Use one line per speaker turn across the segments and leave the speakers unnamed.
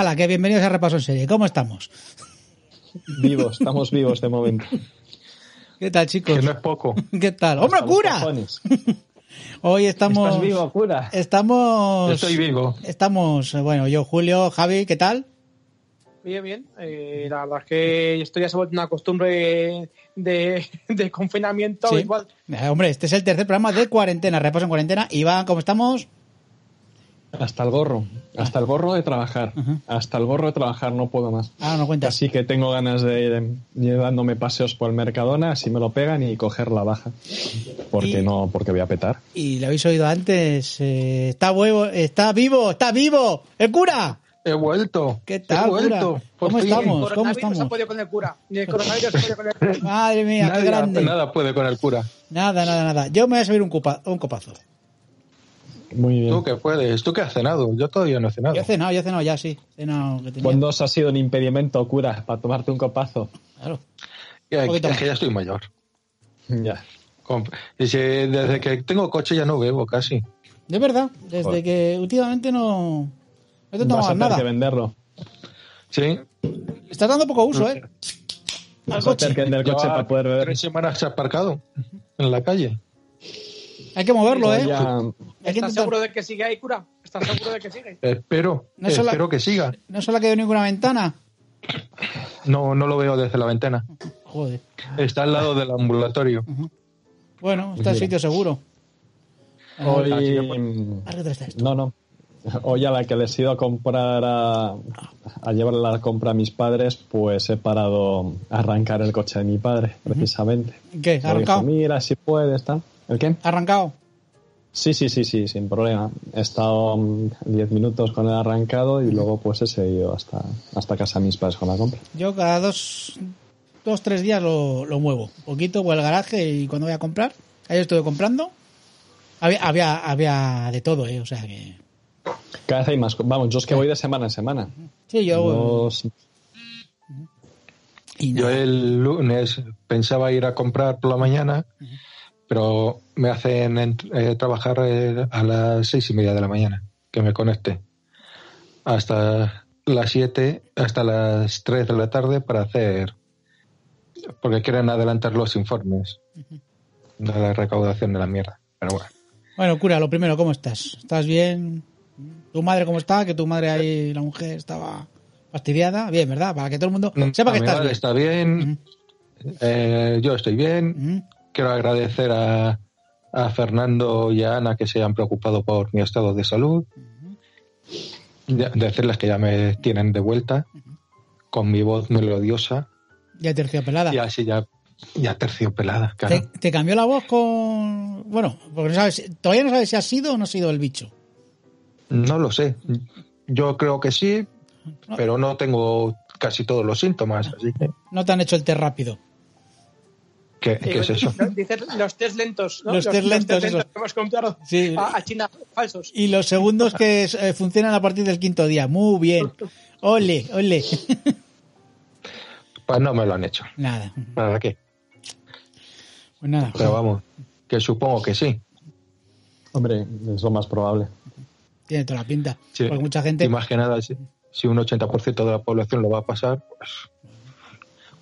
Hola, que bienvenidos a Repaso en Serie. ¿Cómo estamos?
Vivos, estamos vivos de momento.
¿Qué tal, chicos?
Que no es poco.
¿Qué tal? ¡Hombre,
Hasta los
cura!
cojones.
Hoy estamos.
¿Estás vivo, cura?
Estamos.
Estoy vivo.
Estamos, eh, bueno, yo, Julio, Javi, ¿qué tal?
Bien, bien. Eh, la verdad es que esto ya se ha vuelto una costumbre de, de confinamiento
Sí.
habitual.
Eh, hombre, este es el tercer programa de cuarentena, repaso en cuarentena. Iván, ¿cómo estamos?
Hasta el gorro. Hasta el gorro de trabajar.
Ajá.
Hasta el gorro de trabajar no puedo más.
Ah, no cuentas.
Así que tengo ganas de ir eh, llevándome paseos por el Mercadona, así me lo pegan y coger la baja. Porque
Y-
no, porque voy a petar.
Y lo habéis oído antes. eh, está huevo, está vivo, está vivo. ¡El cura!
He vuelto.
¿Qué tal,
He vuelto.
cura?
Por
¿Cómo
fin.
estamos?
el
¿Cómo
coronavirus
estamos?
se ha podido con el cura. Ni el coronavirus se ha podido con el cura.
Madre mía,
Nadie
qué
hace
grande. Nada.
nada puede con el cura.
nada, nada, Yo me voy a servir un, cupa- un copazo.
Muy bien.
Tú que puedes. Tú que has cenado. Yo todavía no he cenado.
Yo he cenado, yo he cenado ya, sí. He cenado que tenía.
¿Cuándo os ha sido un impedimento, cura, para tomarte un copazo?
Claro.
Ya-
Un poquito
es que ya estoy mayor.
Ya.
Com- y si- desde que tengo coche ya no bebo casi.
De verdad, desde
Joder.
que últimamente no. No te
Vas a
tomabas
tener
nada.
que venderlo.
Sí.
Estás dando poco uso, ¿eh? Al
Vas a tener
coche.
que vender el coche
Llevaba
para poder beber.
Tres semanas aparcado en la calle.
Hay que moverlo, ¿eh?
Ya-
Hay que
¿Estás
intentar-
seguro de que sigue ahí, cura? ¿Estás seguro de que sigue?
Espero.
No
espero
solo-
que siga.
No se le ha quedado ninguna ventana.
No, no lo veo desde la ventana.
Joder.
Está al lado del ambulatorio.
Bueno, está en
Pues Mira.
sitio seguro.
Así que,
Hoy.
Arregla esto.
No, no. Hoy a la que les he ido a comprar a, a llevar la compra a mis padres, pues he parado a arrancar el coche de mi padre, precisamente.
¿Qué?
Me dijo,
¿Arrancado?
Mira, si puedes, tal. ¿El qué?
¿Arrancado?
Sí, sí, sí, sí, sin problema. He estado mm, 10 minutos con el arrancado y luego pues he seguido hasta, hasta casa de mis padres con la compra.
Yo cada dos, dos tres días lo, lo muevo. Un poquito, voy al garaje y cuando voy a comprar. Ayer estuve comprando. Había, había, había de todo, ¿eh? O sea que.
Cada vez hay más. co- Vamos, yo es que voy de semana en semana.
Sí, yo.
Dos-
y
Yo
nada.
el lunes pensaba ir a comprar por la mañana, pero me hacen ent- eh, trabajar eh, a las seis y media de la mañana, que me conecte. Hasta las siete, hasta las tres de la tarde para hacer, porque quieren adelantar los informes de la recaudación de la mierda. Pero bueno,
Bueno, cura, lo primero, ¿cómo estás? ¿Estás bien? ¿Tu madre cómo está? Que tu madre ahí, la mujer, estaba fastidiada. Bien, ¿verdad? Para que todo el mundo
Mm,
sepa que
mi
estás
madre
bien.
está bien, eh, yo estoy bien,
Ujú.
quiero agradecer a, a Fernando y a Ana que se han preocupado por mi estado de salud. Ya- Decirles que ya me tienen de vuelta con mi voz melodiosa
Ya terciopelada.
y así ya, ya terciopelada. Claro.
¿Te, te cambió la voz con. Bueno, porque no sabes, todavía no sabes si ha sido o no ha sido el bicho.
No lo sé. Yo creo que sí,
No.
pero no tengo casi todos los síntomas. Así que,
No te han hecho el test rápido.
¿qué, qué es eso?
Dices Eh, los test lentos. ¿no?
Los test lentos, esos.
que hemos comprado
Sí.
a, a China falsos.
Y los segundos que eh, funcionan a partir del quinto día. Muy bien. Ole, ole.
Pues no me lo han hecho.
nada.
¿Para qué?
Pues nada.
Pero vamos, que supongo que sí.
Hombre, es lo más probable.
Tiene toda la pinta.
Sí.
Porque mucha gente.
Y más que nada, si, si un 80% de la población lo va a pasar, pues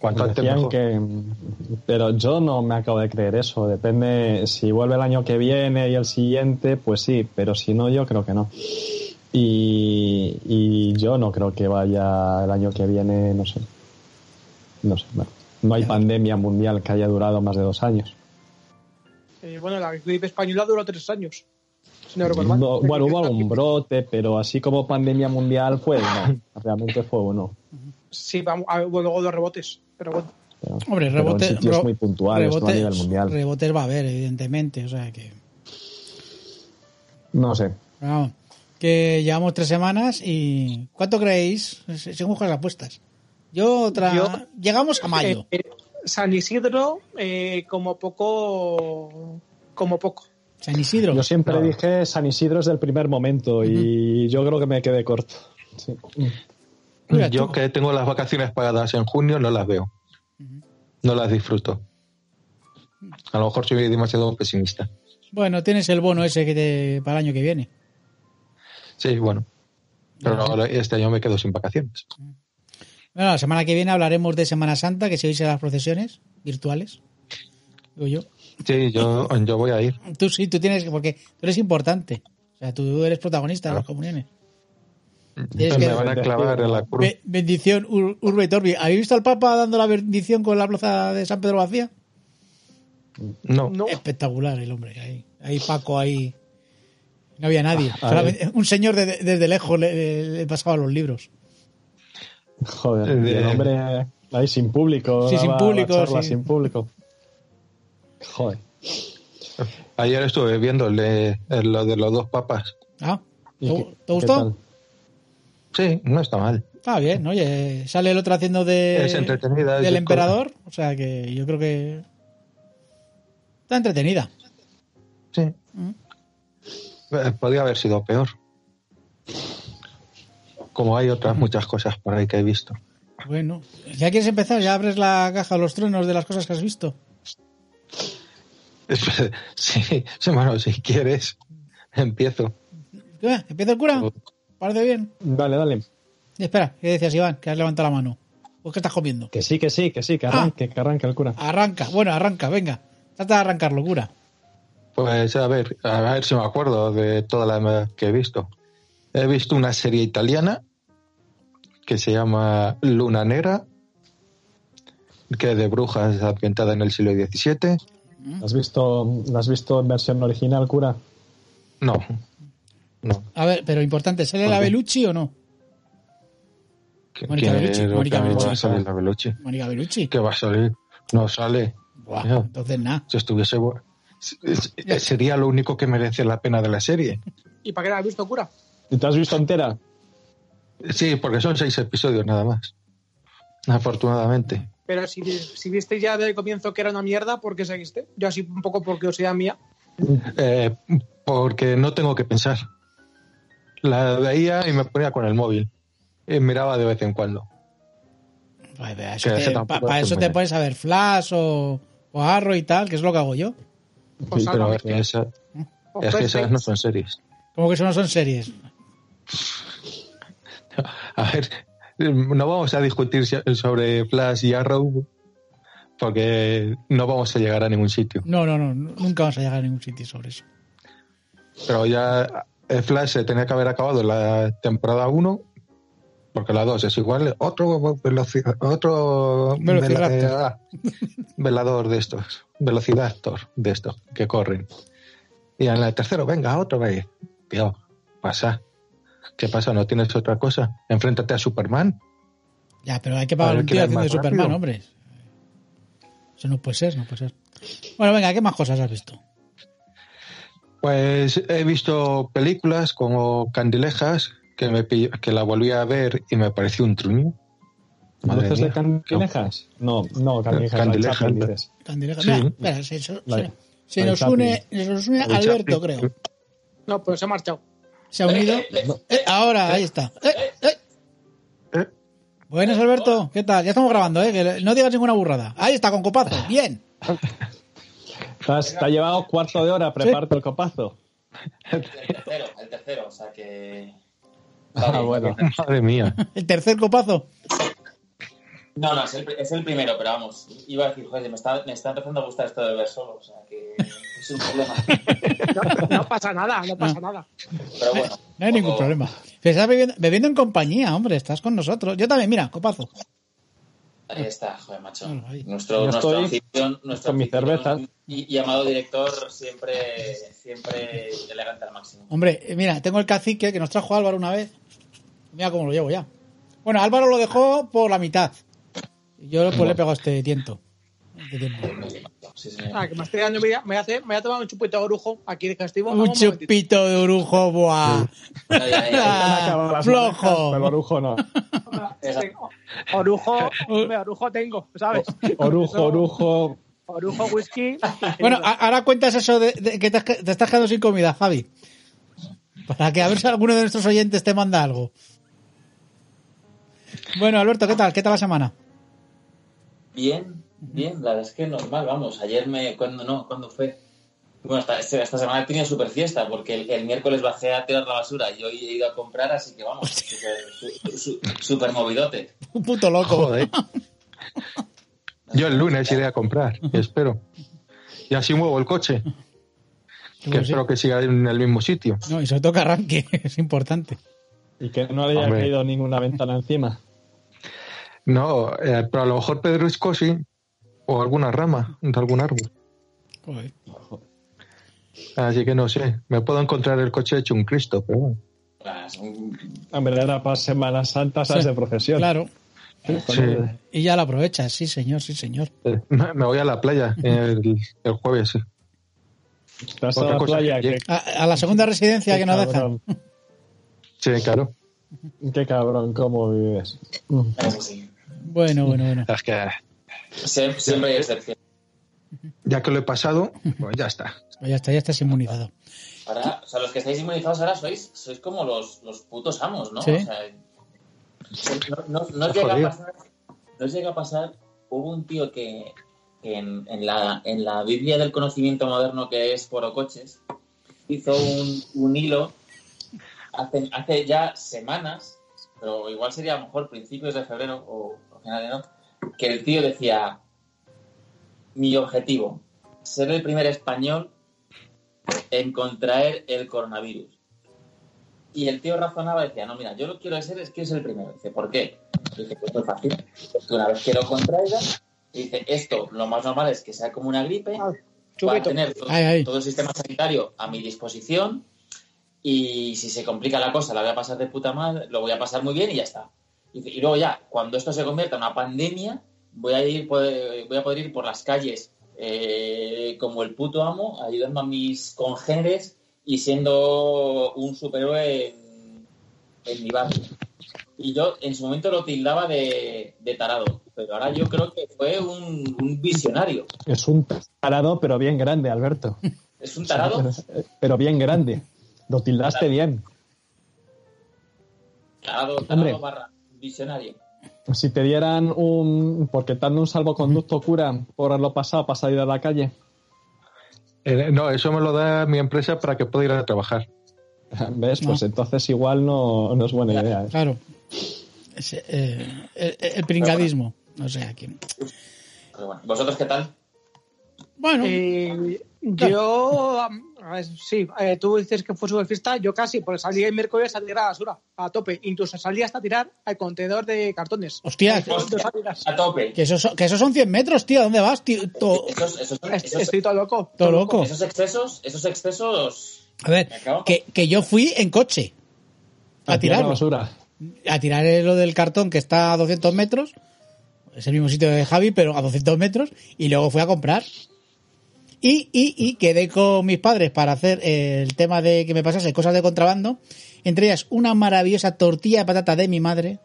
cuanto antes
Pues Decían
mejor.
que, pero yo no me acabo de creer eso. Depende si vuelve el año que viene y el siguiente, pues sí, pero si no, yo creo que no. Y, y yo no creo que vaya el año que viene, no sé. No sé, no, no hay pandemia mundial que haya durado más de dos años.
Eh, bueno, la gripe española duró tres años. si no recuerdo mal.
No, bueno, hubo algún brote, pero así como pandemia mundial fue uno. Realmente fue uno.
Sí, vamos, a ver, luego los rebotes, pero bueno.
Pero-
Hombre,
pero en
rebote-
sitios
ro-
muy puntuales, no a
rebotes-
nivel mundial.
Rebotes va a haber, evidentemente. O sea que.
No sé.
Vamos. Que llevamos tres semanas y. ¿Cuánto creéis? Se- Según juegas las apuestas. Yo otra.
Yo-
Llegamos a mayo.
Eh, eh, San Isidro, eh, como poco. Como poco.
San Isidro.
Yo siempre
Claro.
dije San Isidro desde el primer momento y yo creo que me quedé corto. Sí.
Mira
Yo
tú.
que tengo las vacaciones pagadas en junio no las veo. No las disfruto. A lo mejor soy demasiado pesimista.
Bueno, tienes el bono ese que te... para el año que viene.
Sí, bueno. Pero ahora este año me quedo sin vacaciones.
Bueno, la semana que viene hablaremos de Semana Santa, que se oís a las procesiones virtuales. Digo yo.
Sí, yo, yo voy a ir.
Tú sí, tú tienes que. Porque tú eres importante. O sea, tú eres protagonista de las comuniones. Tienes que-
Me van a clavar en la cruz.
Be- bendición, Ur- Urbe y Torbi. ¿Habéis visto al Papa dando la bendición con la plaza de San Pedro vacía?
No,
No,
Espectacular el hombre. Ahí, ahí Paco, ahí. No había nadie.
Ah, a
Solamente- un señor de- de- desde lejos le, le pasaba los libros.
Joder,
Eh,
y el hombre ahí sin público.
Sí,
daba
sin
la
público,
charla
sí.
sin público. Joder.
ayer estuve viendo el de- el- lo de los dos papas.
Ah, ¿te,
¿Y qué-
te
qué
gustó?
tal?
Sí, no está mal.
Está bien, ¿no? oye, sale el otro haciendo de
Es entretenida, es
Eh, del
de-
emperador, o sea que yo creo que está entretenida.
Sí. Mm. Eh, Podría haber sido peor. Como hay
Mm.
otras muchas cosas por ahí que he visto.
Bueno, ya quieres empezar, ya abres la caja de los truenos de las cosas que has visto.
Sí, sí, bueno, si quieres, empiezo.
¿Qué? ¿Empieza el cura? Parece bien.
Dale, dale.
Espera, ¿qué decías, Iván? Que has levantado la mano. ¿Pues qué estás comiendo?
Que sí, que sí, que
Ah.
sí, que arranque, que arranque el cura.
Arranca, bueno, arranca, venga. Trata de arrancar, locura.
Pues a ver, a ver si me acuerdo de todas las que he visto. He visto una serie italiana que se llama Luna Negra, que es de brujas ambientada en el siglo XVII.
¿La ¿Has visto, la has visto en versión original, cura?
No, no.
A ver, pero importante, ¿sale la
Ok.
Belucci o no? Mónica Bellucci,
¿Quién-
Mónica
quién va
Bellucci,
a salir la Bellucci?
Mónica Belucci.
¿Qué va a salir? No sale.
Buah,
Ya.
entonces nada.
Si estuviese... bu- eh, se- Sería lo único que merece la pena de la serie.
¿y para qué la has visto, cura?
¿Y ¿Te has visto entera?
Sí, porque son seis episodios nada más. Afortunadamente.
Pero si, si viste ya desde el comienzo que era una mierda, ¿por qué seguiste? Yo así un poco por curiosidad mía.
Eh, porque no tengo que pensar. La veía y me ponía con el móvil. Y miraba de vez en cuando.
Para
Que ese
Pues, eso,
tampoco es
te
bueno.
puedes saber Flash o, o Arrow y tal, que es lo que hago yo.
Pues
Sí,
salga,
Pero Ah, es que, esa-
pues
es que
perfecto.
esas no son series.
Como que eso no son series.
A ver, eh, no vamos a discutir si- sobre Flash y Arrow porque no vamos a llegar a ningún sitio.
No, no, no, nunca vamos a llegar a ningún sitio sobre eso.
Pero ya eh, Flash se tenía que haber acabado la temporada 1, porque la 2 es igual. Otro, veloci- otro
Velociraptor.
vela- eh, velador de estos, velocidador de estos que corren. Y en la tercera, venga, otro, vez. Tío, pasa. ¿Qué pasa? ¿No tienes otra cosa? Enfréntate a Superman.
Ya, pero hay que pagar
A ver,
un
¿quién
tío
es
haciendo de
más rápido?
Superman, hombre. Eso no puede ser, no puede ser. Bueno, venga, ¿qué más cosas has visto?
Pues he visto películas como Candilejas, que, me pill- que la volví a ver y me pareció un truño. Madre
¿Luces de
mía.
candilejas? No, no, candilejas.
Candilejas,
la Chaplin,
la-
dices.
Candilejas.
Sí.
Mira, espera, se, se-
Vale.
se
Vale,
nos
Chaplin.
une, se nos une
Vale,
Alberto,
Chaplin.
creo.
No, pero se ha marchado.
Se ha unido. Eh, ahora, ahí está. Eh, eh.
Eh.
Buenas, Alberto. ¿Qué tal? Ya estamos grabando, ¿eh? Que no digas ninguna burrada. Ahí está, con copazo. Bien.
Te has- te ha llevado cuarto de hora, prepárate el copazo.
El tercero, el tercero, o sea que.
Ah, bueno.
Madre mía.
El tercer copazo.
No, no, es el, es el primero, pero vamos. Iba a decir, joder, me está, me está empezando a gustar esto de ver solo, o sea que es un problema.
No, no pasa nada, no pasa nada.
Pero bueno.
No hay ningún
poco-
problema. Te estás bebiendo, bebiendo en compañía, hombre. Estás con nosotros. Yo también, mira, copazo.
Ahí está, joder, macho.
Bueno, ahí.
Nuestro,
Yo
nuestra
estoy
afición, nuestra
con mi
afición
cerveza.
Y, y amado director, siempre, siempre elegante al máximo.
Hombre, eh, mira, tengo el cacique que nos trajo Álvaro una vez. Mira cómo lo llevo ya. Bueno, Álvaro lo dejó por la mitad. Yo pues le he pegado este tiento. Este tiempo.
Sí, señor.
Ah, que más este año mira, me, hace, me voy a tomar un chupito de orujo aquí digestivo.
Un
Vamos, momentito.
chupito de orujo, buah.
Ahí, ahí, ahí.
Ah,
Acabado las orejas, pero
flojo.
orujo no.
Exacto.
Orujo, hombre, orujo tengo, ¿sabes?
Orujo, orujo.
Orujo, whisky.
Bueno, a- ahora cuentas eso de, de que te, has que- te estás quedando sin comida, Javi. Para que a ver si alguno de nuestros oyentes te manda algo. Bueno, Alberto, ¿qué tal? ¿Qué tal la semana?
Bien, bien, la verdad es que normal, vamos. Ayer me. ¿Cuándo no? ¿Cuándo fue? Bueno, esta, este- esta semana he tenido super fiesta porque el, el miércoles bajé a tirar la basura y hoy he ido a comprar, así que vamos, super, su- su- super movidote.
Un puto loco.
Joder. Yo el lunes iré a comprar, espero. Y así muevo el coche, que
Bueno, sí.
espero que siga en el mismo sitio.
No, y sobre todo que arranque, es importante.
Y que no le haya
Hombre.
caído ninguna ventana encima.
No, eh, pero a lo mejor Pedro Escosi o alguna rama de algún árbol.
Joder.
Así que no sé, me puedo encontrar el coche hecho un Cristo, pero bueno.
Ah, es un-
Hombre, era para Semana Santa, sales
Sí,
de procesión.
Claro.
Con
Sí.
el-
Y ya la aprovechas, sí, señor, sí, señor.
Eh, me me voy a la playa el, el jueves. sí.
Estás a
Otra
la
cosa
playa. Qué,
que-
A, a la segunda residencia
qué
que nos dejan.
cabrón,
Sí, claro.
qué cabrón, cómo vives.
eso sí.
Bueno, bueno, bueno.
Es que
Siempre, siempre hay excepción.
ya que lo he pasado, pues ya está.
Pues ya está, ya estás inmunizado.
Ahora, o sea, los que estáis inmunizados ahora sois, sois como los, los putos amos, ¿no?
Sí.
O sea, no, no- no os llega a
Jodido.
pasar, no os llega a pasar, hubo un tío que, que en, en la, en la Biblia del conocimiento moderno que es Forocoches, hizo un, un hilo hace, hace ya semanas, pero igual sería a lo mejor principios de febrero o, o finales, ¿no? Que el tío decía, mi objetivo, ser el primer español en contraer el coronavirus. Y el tío razonaba y decía, no, mira, yo lo quiero ser, es que es el primero. Dice, ¿por qué? Dice, pues es fácil. Porque una vez que lo contraiga, dice, esto lo más normal es que sea como una gripe, va a
Chupito.
tener todo,
Ay, ay.
todo el sistema sanitario a mi disposición y si se complica la cosa, la voy a pasar de puta madre, lo voy a pasar muy bien y ya está. Y, y luego ya, cuando esto se convierta en una pandemia, voy a, ir, por- voy a poder ir por las calles eh, como el puto amo, ayudando a mis congéneres y siendo un superhéroe en, en mi barrio. Y yo en su momento lo tildaba de, de tarado, pero ahora yo creo que fue un, un visionario.
Es un tarado, pero bien grande, Alberto.
Es un tarado
Pero bien grande. Lo tildaste bien.
Tarado, tarado
Hombre.
barra visionario.
Si te dieran un. Porque te dan un salvoconducto cura por lo pasado para salir a la calle.
Eh, no, eso me lo da mi empresa para que pueda ir a trabajar.
¿Ves? Pues
No.
entonces igual no, no es buena idea. ¿eh?
Claro. Ese, eh, el, el pringadismo. O sea, que.
Pero bueno, ¿vosotros qué tal?
Bueno,
Eh, yo, am, a ver, sí, eh, tú dices que fue super fiesta, yo casi, porque salí el miércoles a tirar a la basura, a tope. Incluso salí hasta tirar al contenedor de cartones.
hostia,
Dos águilas.
A tope.
que esos, son- que esos son 100 metros, tío. ¿a ¿Dónde vas, tío? To-
Esos, esos,
Es-
esos-
Este, Estoy todo loco.
todo loco.
esos excesos, esos excesos.
A ver, que, que yo fui en coche a
la
tirarlo.
basura.
A tirar lo del cartón que está a 200 metros. Es el mismo sitio de Javi, pero a 200 metros. Y luego fui a comprar. Y, y, y quedé con mis padres para hacer eh, el tema de que me pasase cosas de contrabando. Entre ellas, una maravillosa tortilla de patata de mi madre.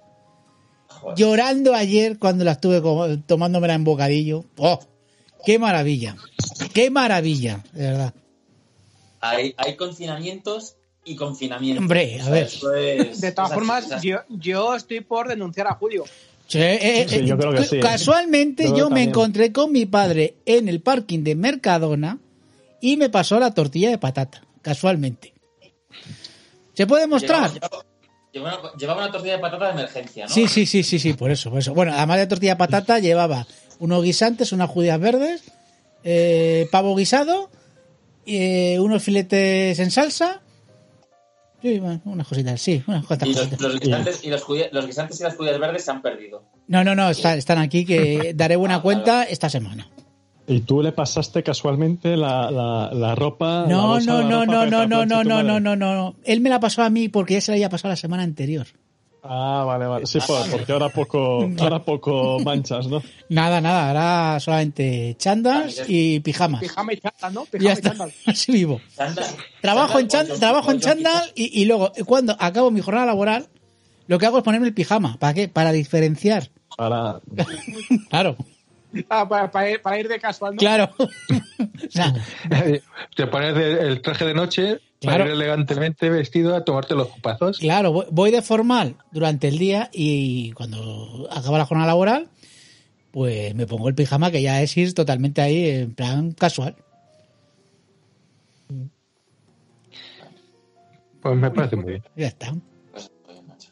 Joder.
Llorando ayer cuando la estuve co- tomándomela en bocadillo. ¡Oh! ¡Qué maravilla! ¡Qué maravilla! De verdad.
Hay, hay confinamientos y confinamientos.
Hombre, a
O sea,
ver.
eso es-
De todas
esas-
formas,
esas-
yo, yo estoy por denunciar a Julio.
Sí, eh, eh,
Sí, yo creo que sí, eh.
Casualmente
Yo
yo, me
también.
encontré con mi padre en el parking de Mercadona y me pasó la tortilla de patata, casualmente. ¿Se puede
llevaba,
mostrar?
llevaba- llevaba una, llevaba una tortilla de patata de emergencia, ¿no?
Sí, sí, sí, sí, sí, por eso, por eso. Bueno, además de tortilla de patata llevaba unos guisantes, unas judías verdes, eh, pavo guisado, eh, unos filetes en salsa Sí, bueno, unas cositas, sí, unas cuantas
Y los,
cositas.
los guisantes, y los, judía- los guisantes y las judías verdes se han perdido.
No, no, no, están, están aquí que daré buena
Ah,
cuenta esta semana.
Y tú le pasaste casualmente la, la, la ropa. la
No,
bolsa
no,
de la
no,
ropa
no,
que te
no,
ha
no, no,
planchado tu
no, no,
madre.
no, no. Él me la pasó a mí porque ya se la había pasado la semana anterior.
Ah, vale, vale. Sí, por- porque ahora poco, ahora poco manchas, ¿no?
Nada, nada, ahora solamente chandas y pijamas.
Pijama y chándal, ¿no?
Y Ah. ya
Pijama y
está,
chándal.
así vivo.
Chándal-
Trabajo en chándal,
chándal, colchón-
trabajo en
colchón
chándal y, y luego eh, cuando acabo mi jornada laboral, lo que hago es ponerme el pijama. ¿Para qué? Para diferenciar.
Para,
Claro,
Ah, para, para ir, para ir de casual, ¿no?
claro. o sea,
Te pones de- el traje de noche
Claro.
para ir elegantemente vestido a tomarte los cupazos.
Claro, voy- voy de formal durante el día y cuando acaba la jornada laboral, pues me pongo el pijama que ya es ir totalmente ahí en plan casual.
Pues me parece muy bien.
Ya está.
Pues, oye, macho.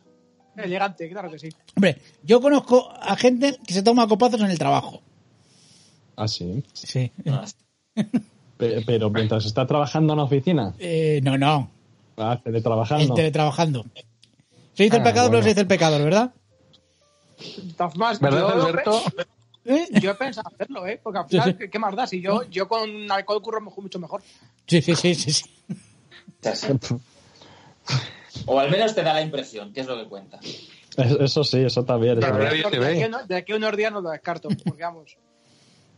Elegante, claro que sí.
Hombre, yo conozco a gente que se toma copazos en el trabajo.
así.
Sí.
No, es-
ah, Pe- Pero mientras está trabajando en la oficina,
Eh, no, no,
ah,
el
teletrabajando.
teletrabajando. Se dice el
Ah,
pecado, pero no
bueno.
se dice el pecado, ¿verdad?
Taf Más,
¿Verdad,
yo,
Alberto?
¿Eh?
yo he pensado hacerlo, ¿eh? Porque al
Sí, sí.
final, ¿qué- ¿qué más da? Si yo, yo con alcohol curro mejor- mucho mejor.
Sí, sí, sí, sí. sí.
o sea, sí. O al menos te da la impresión, que es lo que cuenta.
Es- Eso sí, eso también. eso
Pero
también.
Nadie
Yo
te
de,
ve.
aquí a uno- de aquí a unos días no lo descarto, porque vamos.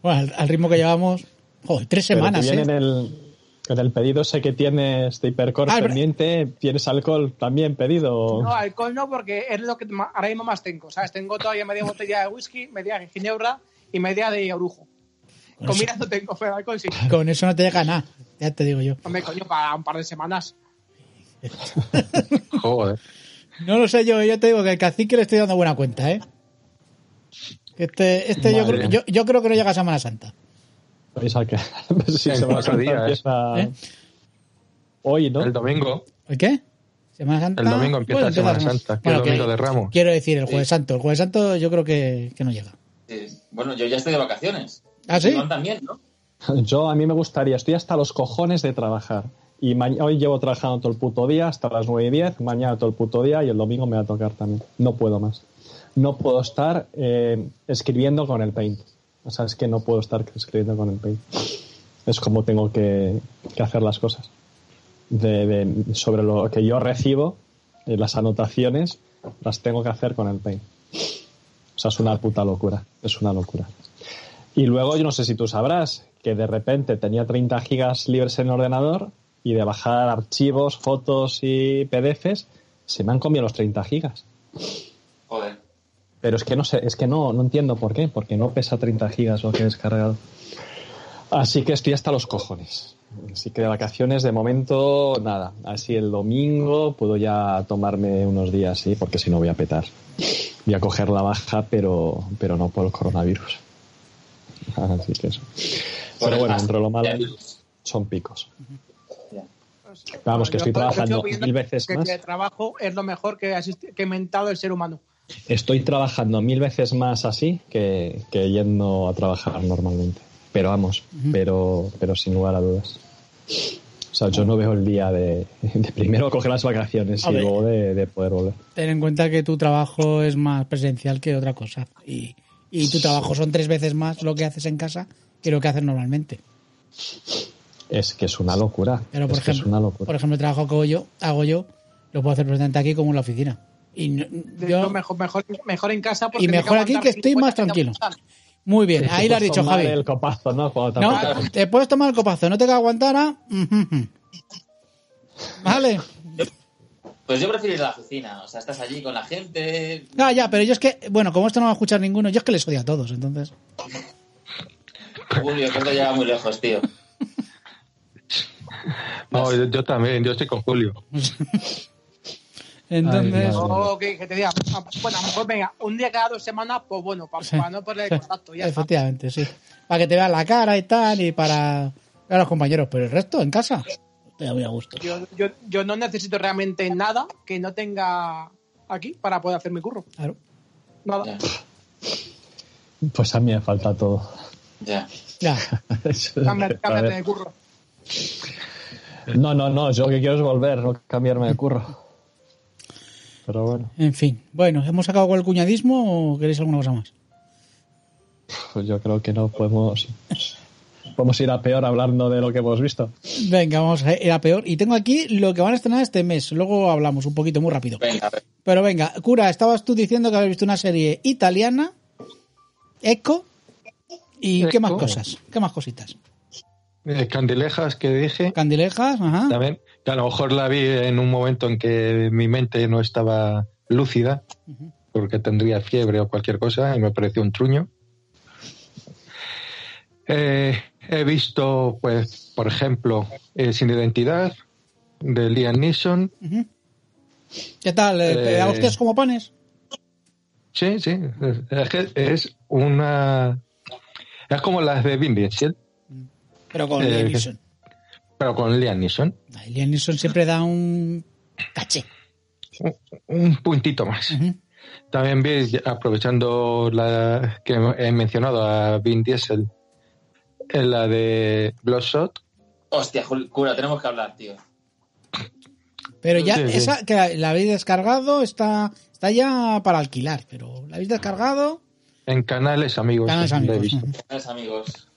Bueno, al, al ritmo que llevamos, joder, tres
Pero te
semanas,
viene
¿eh?
en, el, en el pedido ese que tienes de hipercore
Ah, es verdad.
pendiente, ¿tienes alcohol también pedido?
No, alcohol no, porque es lo que ma- ahora mismo más tengo. ¿Sabes? Tengo todavía media botella de whisky, media de ginebra y media de orujo.
Bueno,
Comida no tengo, pero alcohol sí.
Con eso no te llega nada, ya te digo yo.
Hombre, coño, para un par de semanas.
Joder.
No lo sé yo, yo te digo que el cacique le estoy dando buena cuenta, ¿eh? Que Este, este yo,
Madre
creo,
mía.
yo, yo creo que no llega a Semana Santa.
Pues a que- si
En
se va a
cuatro
cantar,
días.
empieza
¿Eh?
Hoy, ¿no?
El domingo.
¿El qué? ¿Semana Santa?
El domingo empieza Semana Santa, que es el domingo de Ramos.
Quiero decir, el Jueves Santo. El Jueves Santo yo creo que, que no llega.
Sí. Bueno, yo ya estoy de vacaciones.
¿Ah, sí?
Iván también, ¿no?
Yo a mí me gustaría, estoy hasta los cojones de trabajar. Y ma- hoy llevo trabajando todo el puto día, hasta las 9 y 10, mañana todo el puto día y el domingo me va a tocar también. No puedo más. No puedo estar eh, escribiendo con el paint. O sea, es que no puedo estar escribiendo con el paint. Es como tengo que, que hacer las cosas. De- de- sobre lo que yo recibo, eh, las anotaciones, las tengo que hacer con el paint. O sea, es una puta locura. Es una locura. Y luego, yo no sé si tú sabrás, que de repente tenía 30 gigas libres en el ordenador y de bajar archivos, fotos y PDFs, se me han comido los 30 gigas.
Joder.
Pero es que no sé, es que no, no entiendo por qué, porque no pesa 30 gigas lo que he descargado. Así que estoy hasta los cojones. Así que de vacaciones de momento nada. Así el domingo puedo ya tomarme unos días, sí, porque si no voy a petar. Voy a coger la baja, pero, pero no por el coronavirus. Así que eso.
Pues,
Pero bueno, entre lo malo son picos.
Pues,
Vamos, que
yo-
estoy
yo
trabajando
sigo viendo
mil veces
que
más.
El trabajo es lo mejor que ha exist- que ha inventado el ser humano.
Estoy trabajando mil veces más así que, que yendo a trabajar normalmente. Pero vamos, pero, pero sin lugar a dudas. O sea, yo no veo el día de, de primero coger las vacaciones y
Hombre.
luego de, de poder volver.
Ten en cuenta que tu trabajo es más presencial que otra cosa. Y, y tu trabajo son tres veces más lo que haces en casa que lo que haces normalmente.
Es que es una locura.
Pero por
es que es una
ejemplo,
locura.
por ejemplo, el trabajo que hago yo, hago yo, lo puedo hacer presente aquí como en la oficina. Y no-
De
yo-
hecho, mejor, mejor, mejor en casa. porque
Y
me
mejor
cago
aquí
en
que
dar
estoy más
50
tranquilo.
vueltas.
muy bien, ahí lo has
Te
dicho,
puedes tomar
Javi.
El copazo, ¿no? Cuando te
No,
apetece.
te puedes tomar el copazo, no te que aguantar ¿ah? Ujú, ujú. Vale.
Pues yo prefiero ir a la oficina. O sea, estás allí con la gente.
No, ya, pero yo es que, bueno, como esto no va a escuchar ninguno, yo es que les odio a todos, entonces.
Julio, que esto llega muy lejos, tío.
No, yo, yo también, yo estoy con Julio.
Entonces,
Ay, madre.
No, que, que te diga, bueno, a lo mejor venga, un día cada dos semanas, pues bueno, pa- para, no perder el contacto, ya está.
efectivamente, sí. Para que te vean la cara y tal, y para ver a los compañeros, pero el resto en casa, te da muy a gusto.
Yo, yo, yo no necesito realmente nada que no tenga aquí para poder hacer mi curro.
Claro.
Nada.
Ya,
Pues a mí me falta todo.
ya.
Ya.
Eso es
Cámbiate,
verdad.
cámbiate de curro.
No, no, no, yo lo que quiero es volver, no cambiarme de curro. Pero bueno,
En fin. Bueno, ¿hemos acabado con el cuñadismo o queréis alguna cosa más?
pues yo creo que no podemos. Podemos ir a peor hablando de lo que hemos visto.
Venga, vamos a ir a peor. Y tengo aquí lo que van a estrenar este mes. Luego hablamos un poquito, muy rápido.
Venga, a ver.
Pero venga, cura, estabas tú diciendo que habías visto una serie italiana, Eco, y qué más
Eco.
cosas, qué más cositas.
Eh, Candilejas que dije,
Candilejas, ajá.
también, que a lo mejor la vi en un momento en que mi mente no estaba lúcida, porque tendría fiebre o cualquier cosa, y me pareció un truño. Eh, he visto, pues, por ejemplo, eh, Sin Identidad, de Liam Neeson,
Ujú. ¿Qué tal? eh, ¿Te da
Eh,
hostias como panes?
Sí, sí. Es que es una. Es como las de Vin Diesel,
Pero con
eh,
Liam
que-
Neeson.
pero con Liam Neeson.
Ay, Liam Neeson siempre da un caché.
Un puntito más.
Ujú.
También vi, aprovechando la que he mencionado a Vin Diesel, en la de Bloodshot.
Hostia, Jul- cura, tenemos que hablar, tío.
Pero ya,
Sí, sí.
esa que la, la habéis descargado está, está ya para alquilar, pero la habéis descargado.
En canales amigos.
Canales
Pues la he
amigos.
visto.
ujú.
Gracias, amigos.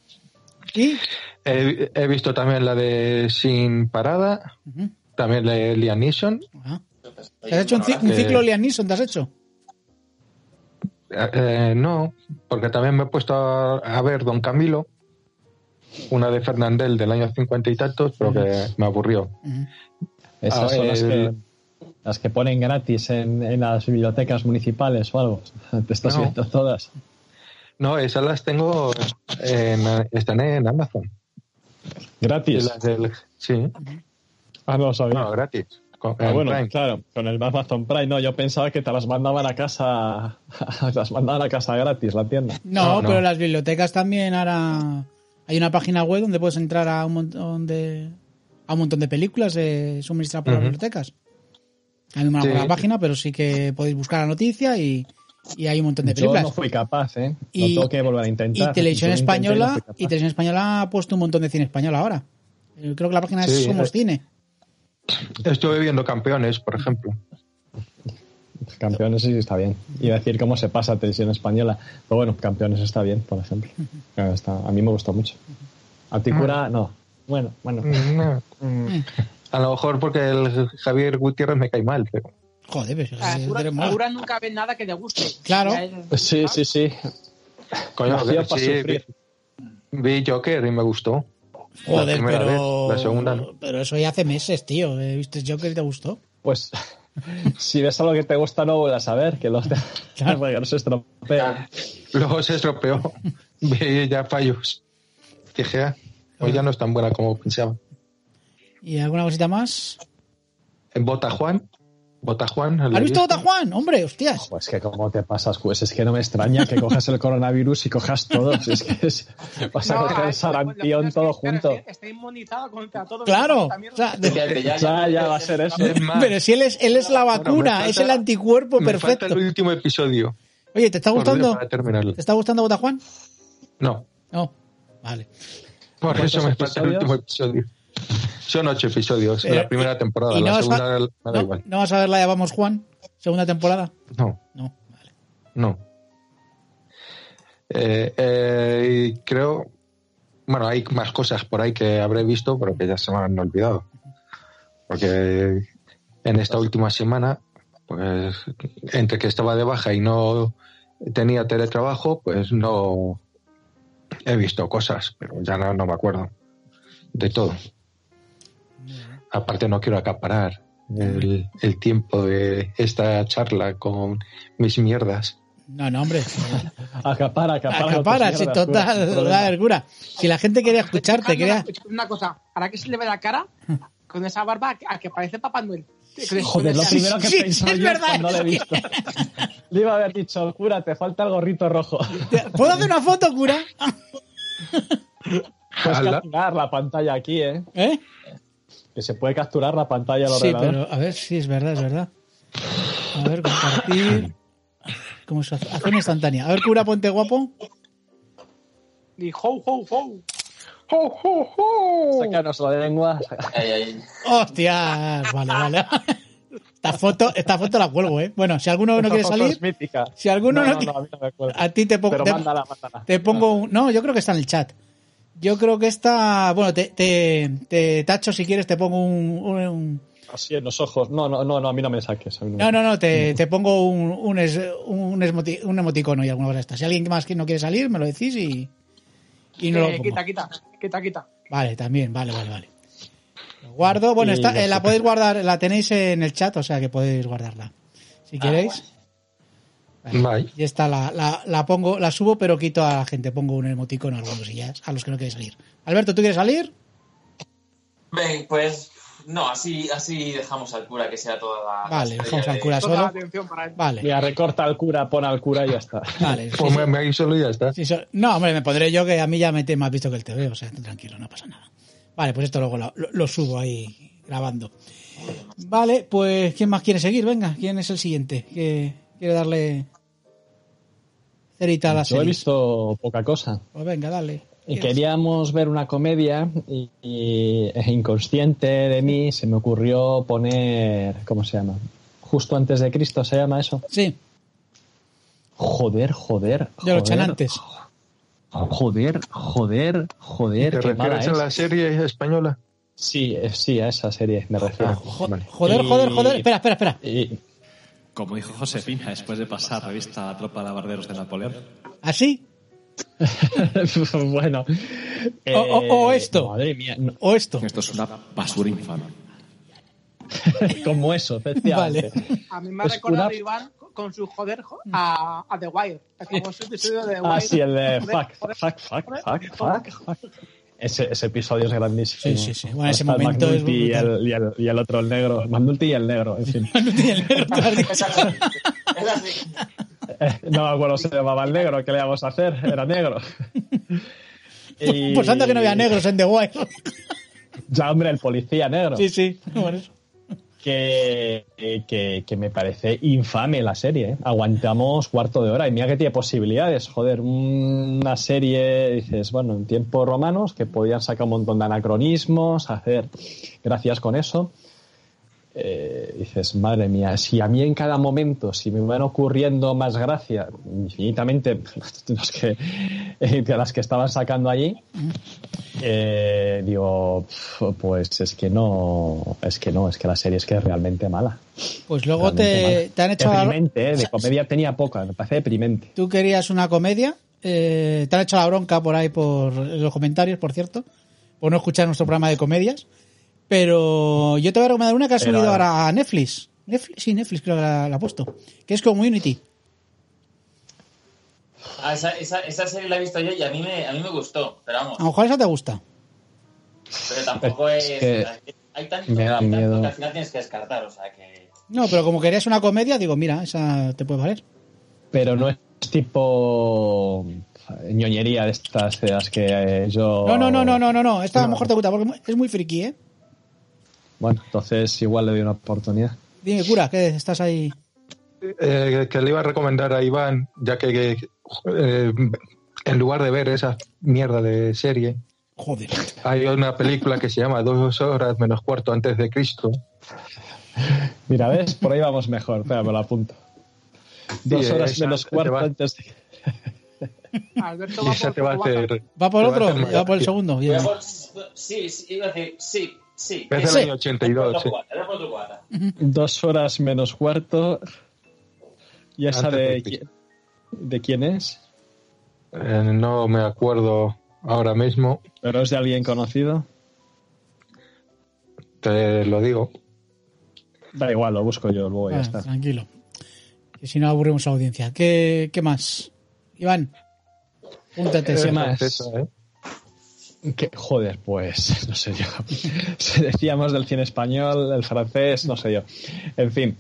Y
He, he visto también la de Sin Parada,
ujú,
también la de Liam Neeson.
ajá.
Estoy
¿Te has hecho un, ci-
ignorante.
un
Eh,
ciclo Liam Neeson? ¿Te has hecho?
Eh, eh, no, porque también me he puesto a, a ver Don Camilo, una de Fernandel del año 50 y tantos, pero que me aburrió.
Ujú.
Esas
Ah,
son las que,
el-
las que ponen gratis en, en las bibliotecas municipales o algo. Te estás
No.
viendo todas.
No, esas las tengo, en, están en Amazon.
Gratis.
Las del- sí,
Ah, no lo sabía.
no, gratis. con-
Ah,
en
bueno,
Prime.
claro, con el Amazon Prime, no, yo pensaba que te las mandaban a casa, las mandaban a casa gratis, la tienda.
No,
No, no.
pero las bibliotecas también ahora hay una página web donde puedes entrar a un montón de a un montón de películas eh, suministradas por las
Ujú.
bibliotecas. A mí no me acuerdo
Sí.
la página, pero sí que podéis buscar la noticia y, y hay un montón de
Yo
películas.
no fui capaz, ¿eh?
Y-
lo tengo que volver a
y
intentar.
televisión
Yo lo intenté y no
española
fui capaz.
y televisión española ha puesto un montón de cine español ahora. Eh, Creo que la página es
Sí,
Somos
eh.
Cine.
Estuve viendo Campeones,
Mm.
por ejemplo.
Campeones sí sí, está bien. Iba a decir cómo se pasa a televisión española, pero bueno, campeones está bien, por ejemplo. Claro, está- a mí me gustó mucho.
Ah.
Articura, no. Bueno, bueno.
Mm.
No. A lo mejor porque el Javier Gutiérrez me cae mal, pero
Joder, pero
A
ese
Cura-
dere-
a
mola.
Cura Eh, nunca ve nada que le guste.
Claro.
Ya Ah, es-
Pues Sí, sí, sí.
coño,
Nació
que
para
sí,
sufrir.
vi, vi Joker y me gustó.
Joder,
primera
pero
vez, la segunda no.
pero eso ya hace meses, tío. Eh, ¿Viste Joker y te gustó?
Pues si ves algo que te gusta, no vuelvas a ver, que los de...
Claro.
porque no se estropea.
Luego se estropeó. Vi ya fallos. Dije, ah, pues ya no es tan buena como pensaba.
¿Y alguna cosita más?
En Bota Juan. Bota Juan.
¿Has visto Bota Juan? Hombre, hostias.
Pues que cómo te pasas, pues es que no me extraña que cojas el coronavirus y cojas todos. Es que es, vas a
No, eh,
coger
ay,
el sarampión
lo- lo-
todo
es que- claro,
junto.
es que Está inmunizado contra todo.
Claro.
Esta mierda.
o sea, de-
Fíjate,
Ya, ya va a ser eso.
Es más,
pero si él es, él es la
Bueno, me
vacuna,
falta-
es el anticuerpo
me falta
perfecto.
el último episodio.
Oye, ¿te está
por Dios,
gustando?
Para terminarlo.
¿Te está gustando Bota Juan?
No,
No. Vale.
por
¿Cuántos
eso me falta el
episodios?
último episodio. Son ocho episodios de
Pero-
la primera temporada.
Eh, ¿Y no
la
vas,
segunda
a,
me Ah, da
no-
igual.
no vas a ver la de Vamos Juan? ¿Segunda temporada?
No,
No. Vale.
no. Eh, eh, y creo. Bueno, hay más cosas por ahí que habré visto, pero que ya se me han olvidado. Porque en esta última semana, pues entre que estaba de baja y no tenía teletrabajo, pues no he visto cosas, pero ya no, no me acuerdo de todo. Aparte no quiero acaparar el, el tiempo de esta charla con mis mierdas.
No, no, hombre.
Acapara, acapara.
Acaparas,
otras
sí,
mierdas,
total,
cura, sin problema.
la vergura. Si la gente quería escucharte,
Escuchadme
quería...
una- escuchadme Una cosa, ahora que se le ve la cara, con esa barba a que- a que parece Papá Noel. Con esa-
Joder, lo
con esa-
primero que
sí,
he pensado
es
yo
verdad.
cuando lo he visto. Le iba a haber dicho, cura, te falta el gorrito rojo. Pues
¿Puedo hacer una foto, cura?
Puedes
Ala.
capturar la pantalla aquí, ¿eh?
¿Eh?
Que se puede capturar la pantalla al
Sí,
ordenador.
pero a ver, sí, es verdad, es verdad. A ver, compartir... ¿Cómo se hace? Hace una instantánea. A ver, cura, ponte guapo.
Ni ho, ho, ho.
¡Ho, ho, ho!
Sácanos la lengua.
Ay, ay.
¡Hostias! Vale, vale. Esta foto, esta foto la cuelgo, ¿eh? Bueno, si alguno no quiere
Esa foto
salir,
es mítica.
si alguno no Ah,
no,
quiere-
no, a mí no me acuerdo.
a ti te pongo.
Pero
te-
mándala, mándala.
Te pongo un... No, yo creo que está en el chat. Yo creo que está... Bueno, te, te, te tacho si quieres, te pongo un... un- un-
Así en los ojos. No, no, no, no, a mí no me saques. a mí
No, no, no, te, te pongo un, un, es- un, esmoti- un emoticono y alguna cosa de estas. Si alguien más que no quiere salir, me lo decís y... Y no lo
Eh,
pongo.
quita, quita, quita, quita.
Vale, también, vale, vale, vale. Lo guardo, bueno,
Y
está,
ya
eh, la
está.
podéis guardar, la tenéis en el chat, o sea que podéis guardarla.
Ah,
Si queréis. Vale.
Vale.
Y esta la, la, la pongo, la subo, pero quito a la gente, pongo un emoticono a algunos y ya, a los que no queréis salir. Alberto, ¿tú quieres salir?
Ven, pues no, así, así dejamos al cura que sea toda
Ah,
la. la
Vale,
estrella
dejamos al
de-
cura
Toda eh, la
solo.
atención para él.
Vale,
Mira, recorta al cura, pon al cura y ya está.
vale. sí,
Pues
sí,
me, me solo y ya está.
sí, so- no, hombre, me pondré yo que a mí ya me, te, me has visto que el TV, o sea, tú tranquilo, no pasa nada. Vale, pues esto luego lo, lo- lo subo ahí grabando. Vale, pues ¿quién más quiere seguir? Venga, ¿quién es el siguiente? que quiere darle cerita a la
Yo he
serie?
visto poca cosa.
Pues venga, dale.
Y queríamos ver una comedia y, y, eh, inconsciente de mí se me ocurrió poner, ¿cómo se llama? Justo antes de Cristo se llama eso.
Sí,
Joder, joder.
de los
joder,
chanantes.
Joder, joder, joder,
¿Te
qué mala
refieres a
es.
la serie española?
Sí, eh, sí, a esa serie me refiero.
Ah, Jo-
Vale.
Joder,
Ah, Y-
joder, joder. Espera, espera, espera.
Y-
Como dijo Josefina después de pasar revista a la tropa de barderos de Napoleón.
¿Así?
bueno. eh,
o- o esto.
Madre mía, no,
¿O esto?
Esto es una basura infame.
como eso, efectivamente.
A mí me ha
Es
recordado
Pues una-
Iván con su joder jo-
Mm.
a, a The Wire. El famoso episodio de The Wire.
Ah, sí, el de
Joder,
fuck,
joder,
fuck, fuck, fuck, fuck, fuck. Ese, ese episodio es grandísimo.
Sí, sí, sí. Bueno, ese
Hasta el
momento es
McNulty y
brutal.
el, y, el, y el otro, el negro. McNulty y el negro, en fin. Pues
Esa sí, esa sí.
Eh, No me acuerdo si se llamaba el negro, ¿qué le íbamos a hacer? Era negro. Y-
Pues anda que no había negros en The Wire.
Ya, hombre, el policía negro.
Sí, sí. Bueno, eso.
que, eh, que, que me parece infame la serie. ¿eh? Aguantamos cuarto de hora y mira que tiene posibilidades. Joder, una serie, dices, bueno, en tiempos romanos que podían sacar un montón de anacronismos, hacer gracias con eso. Eh, dices, madre mía, si a mí en cada momento, si me van ocurriendo más gracias, infinitamente, los que, eh, que las que estaban sacando allí, eh, digo, pf, pues es que no, es que no, es que la serie es que es realmente mala.
Pues luego
realmente
te,
mala.
te han hecho... la-
Deprimente, eh, de comedia tenía poca, me parece deprimente.
Tú querías una comedia. eh, te han hecho la bronca por ahí por en los comentarios, por cierto. Por no escuchar nuestro programa de comedias. Pero yo te voy a recomendar una que ha
Pero
subido
ahora-
ahora a Netflix. Netflix. Sí, Netflix creo que la, la ha puesto. Que es Community.
Ah, esa, esa, esa serie la he visto yo y a mí me, a mí me gustó, pero vamos,
A lo mejor esa te gusta.
pero tampoco es.
Es que
hay tanto,
me da
hay tanto
miedo.
que al final tienes que descartar, o sea que.
No, pero como querías una comedia, digo, mira, esa te puede valer.
Pero no es tipo ñoñería de estas de las que eh, yo...
No, no, no, no, no, no, no. Esta a lo
No.
mejor te gusta porque es muy- es muy friki, ¿eh?
Bueno, entonces igual le doy una oportunidad.
Dime, cura, que estás ahí.
Eh, que le iba a recomendar a Iván, ya que, que, eh, en lugar de ver esa mierda de serie,
Joder.
hay una película que se llama Dos horas menos cuarto antes de Cristo.
Mira, ¿ves? Por ahí vamos mejor. Espera, me lo apunto. Dos
Sí,
horas
esa
menos
te
cuarto
va-
antes de...
Alberto
Y
va
esa
por
te va a
tu vaca.
hacer.
Va por
te
otro,
a hacer
va por el
mal.
segundo.
Voy
Bien.
a por- Sí, sí, iba a decir, sí, sí.
Es del
Sí.
año 82, sí.
Dos horas menos cuarto. ¿Y esa
Antes
de,
del piso.
qui- de quién es?
Eh, no me acuerdo ahora mismo,
¿Pero es de alguien conocido?
te lo digo.
Da igual, lo busco yo luego y Pues ya
Ah,
está.
tranquilo. Que si no aburrimos a la audiencia. ¿Qué, qué más? Iván, júntate.
¿Qué
Eh,
sí.
más?
esa, eh.
Que- joder, pues no sé yo. Se decíamos del cine español, el francés, no sé yo. En fin,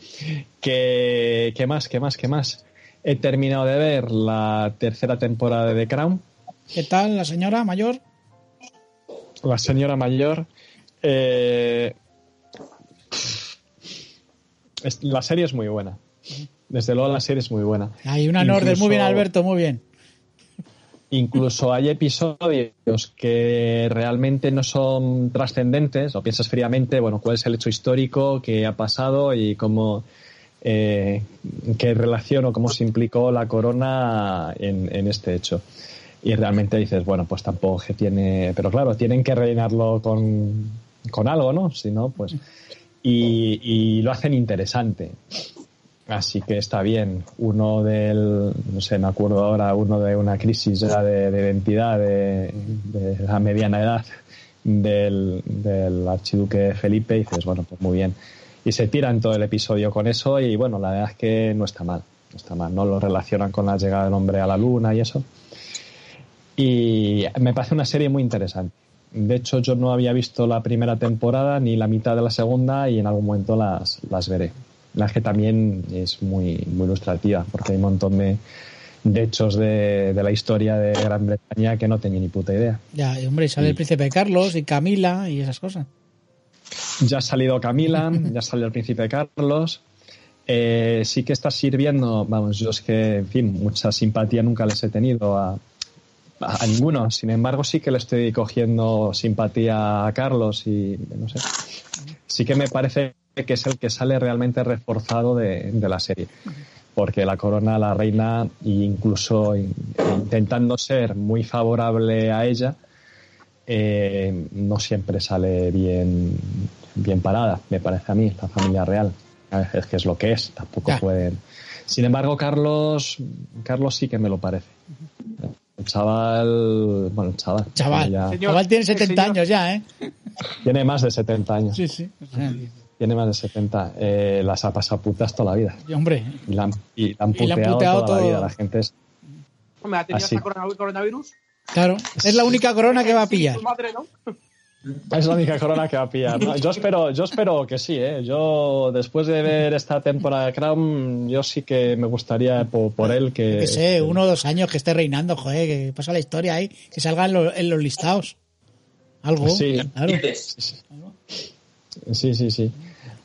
que, ¿qué más? ¿Qué más? ¿Qué más? He terminado de ver la tercera temporada de The Crown.
¿Qué tal la señora mayor?
la señora mayor. eh, es- la serie es muy buena. Desde luego la serie es muy buena.
Hay una honor del
Incluso-
muy bien, Alberto, muy bien.
Incluso hay episodios que realmente no son trascendentes, o piensas fríamente, bueno, cuál es el hecho histórico que ha pasado y cómo, eh, qué relación o cómo se implicó la corona en, en este hecho. Y realmente dices, bueno, pues tampoco que tiene, pero claro, tienen que rellenarlo con, con algo, ¿no? Si no, pues. Y, y lo hacen interesante. Así que está bien. Uno del, no sé, me acuerdo ahora, uno de una crisis ya de, de identidad de, de la mediana edad del, del archiduque Felipe, y dices, bueno, pues muy bien. Y se tiran todo el episodio con eso, y bueno, la verdad es que no está mal. No está mal, no lo relacionan con la llegada del hombre a la luna y eso. Y me parece una serie muy interesante. De hecho, yo no había visto la primera temporada ni la mitad de la segunda, y en algún momento las, las veré la que también es muy, muy ilustrativa, porque hay un montón de, de hechos de, de, la historia de Gran Bretaña que no tenía ni puta idea.
Ya, y hombre, sale
Y-
el príncipe Carlos y Camila y esas cosas.
Ya ha salido Camila, ya salió el príncipe Carlos. Eh, sí que está sirviendo, vamos, yo es que, en fin, mucha simpatía nunca les he tenido a, a ninguno. Sin embargo, sí que le estoy cogiendo simpatía a Carlos y no sé. Sí que me parece que es el que sale realmente reforzado de, de la serie. Porque la corona, la reina, e incluso in- intentando ser muy favorable a ella, eh, no siempre sale bien, bien parada, me parece a mí, la familia real. A veces es que es lo que es, tampoco
Ya.
pueden. Sin embargo, Carlos, Carlos sí que me lo parece. El chaval, bueno, el chaval.
Chaval.
ya
Señor,
Igual tiene
el
70
señor.
años ya, ¿eh?
tiene más de 70 años.
Sí, sí. O sea,
Tiene más de 70. Eh, las ha pasado putas toda la vida.
y hombre,
Y la, han- y la han
Y la
puteado,
han puteado
toda
todo.
la vida. La gente es.
Hombre, ha tenido
Así.
hasta corona- coronavirus.
claro, es la única corona que va a pillar.
Su madre, ¿no?
Es la única corona que va a pillar. ¿no? Yo, espero, yo espero que sí. ¿eh? Yo, después de ver esta temporada de Crown, yo sí que me gustaría po- por, él que.
Que sé, uno o dos años que esté reinando, joder, que pasa la historia ahí, que salgan en los listados. Algo.
Pues Sí.
claro.
Dices,
Sí, sí, sí.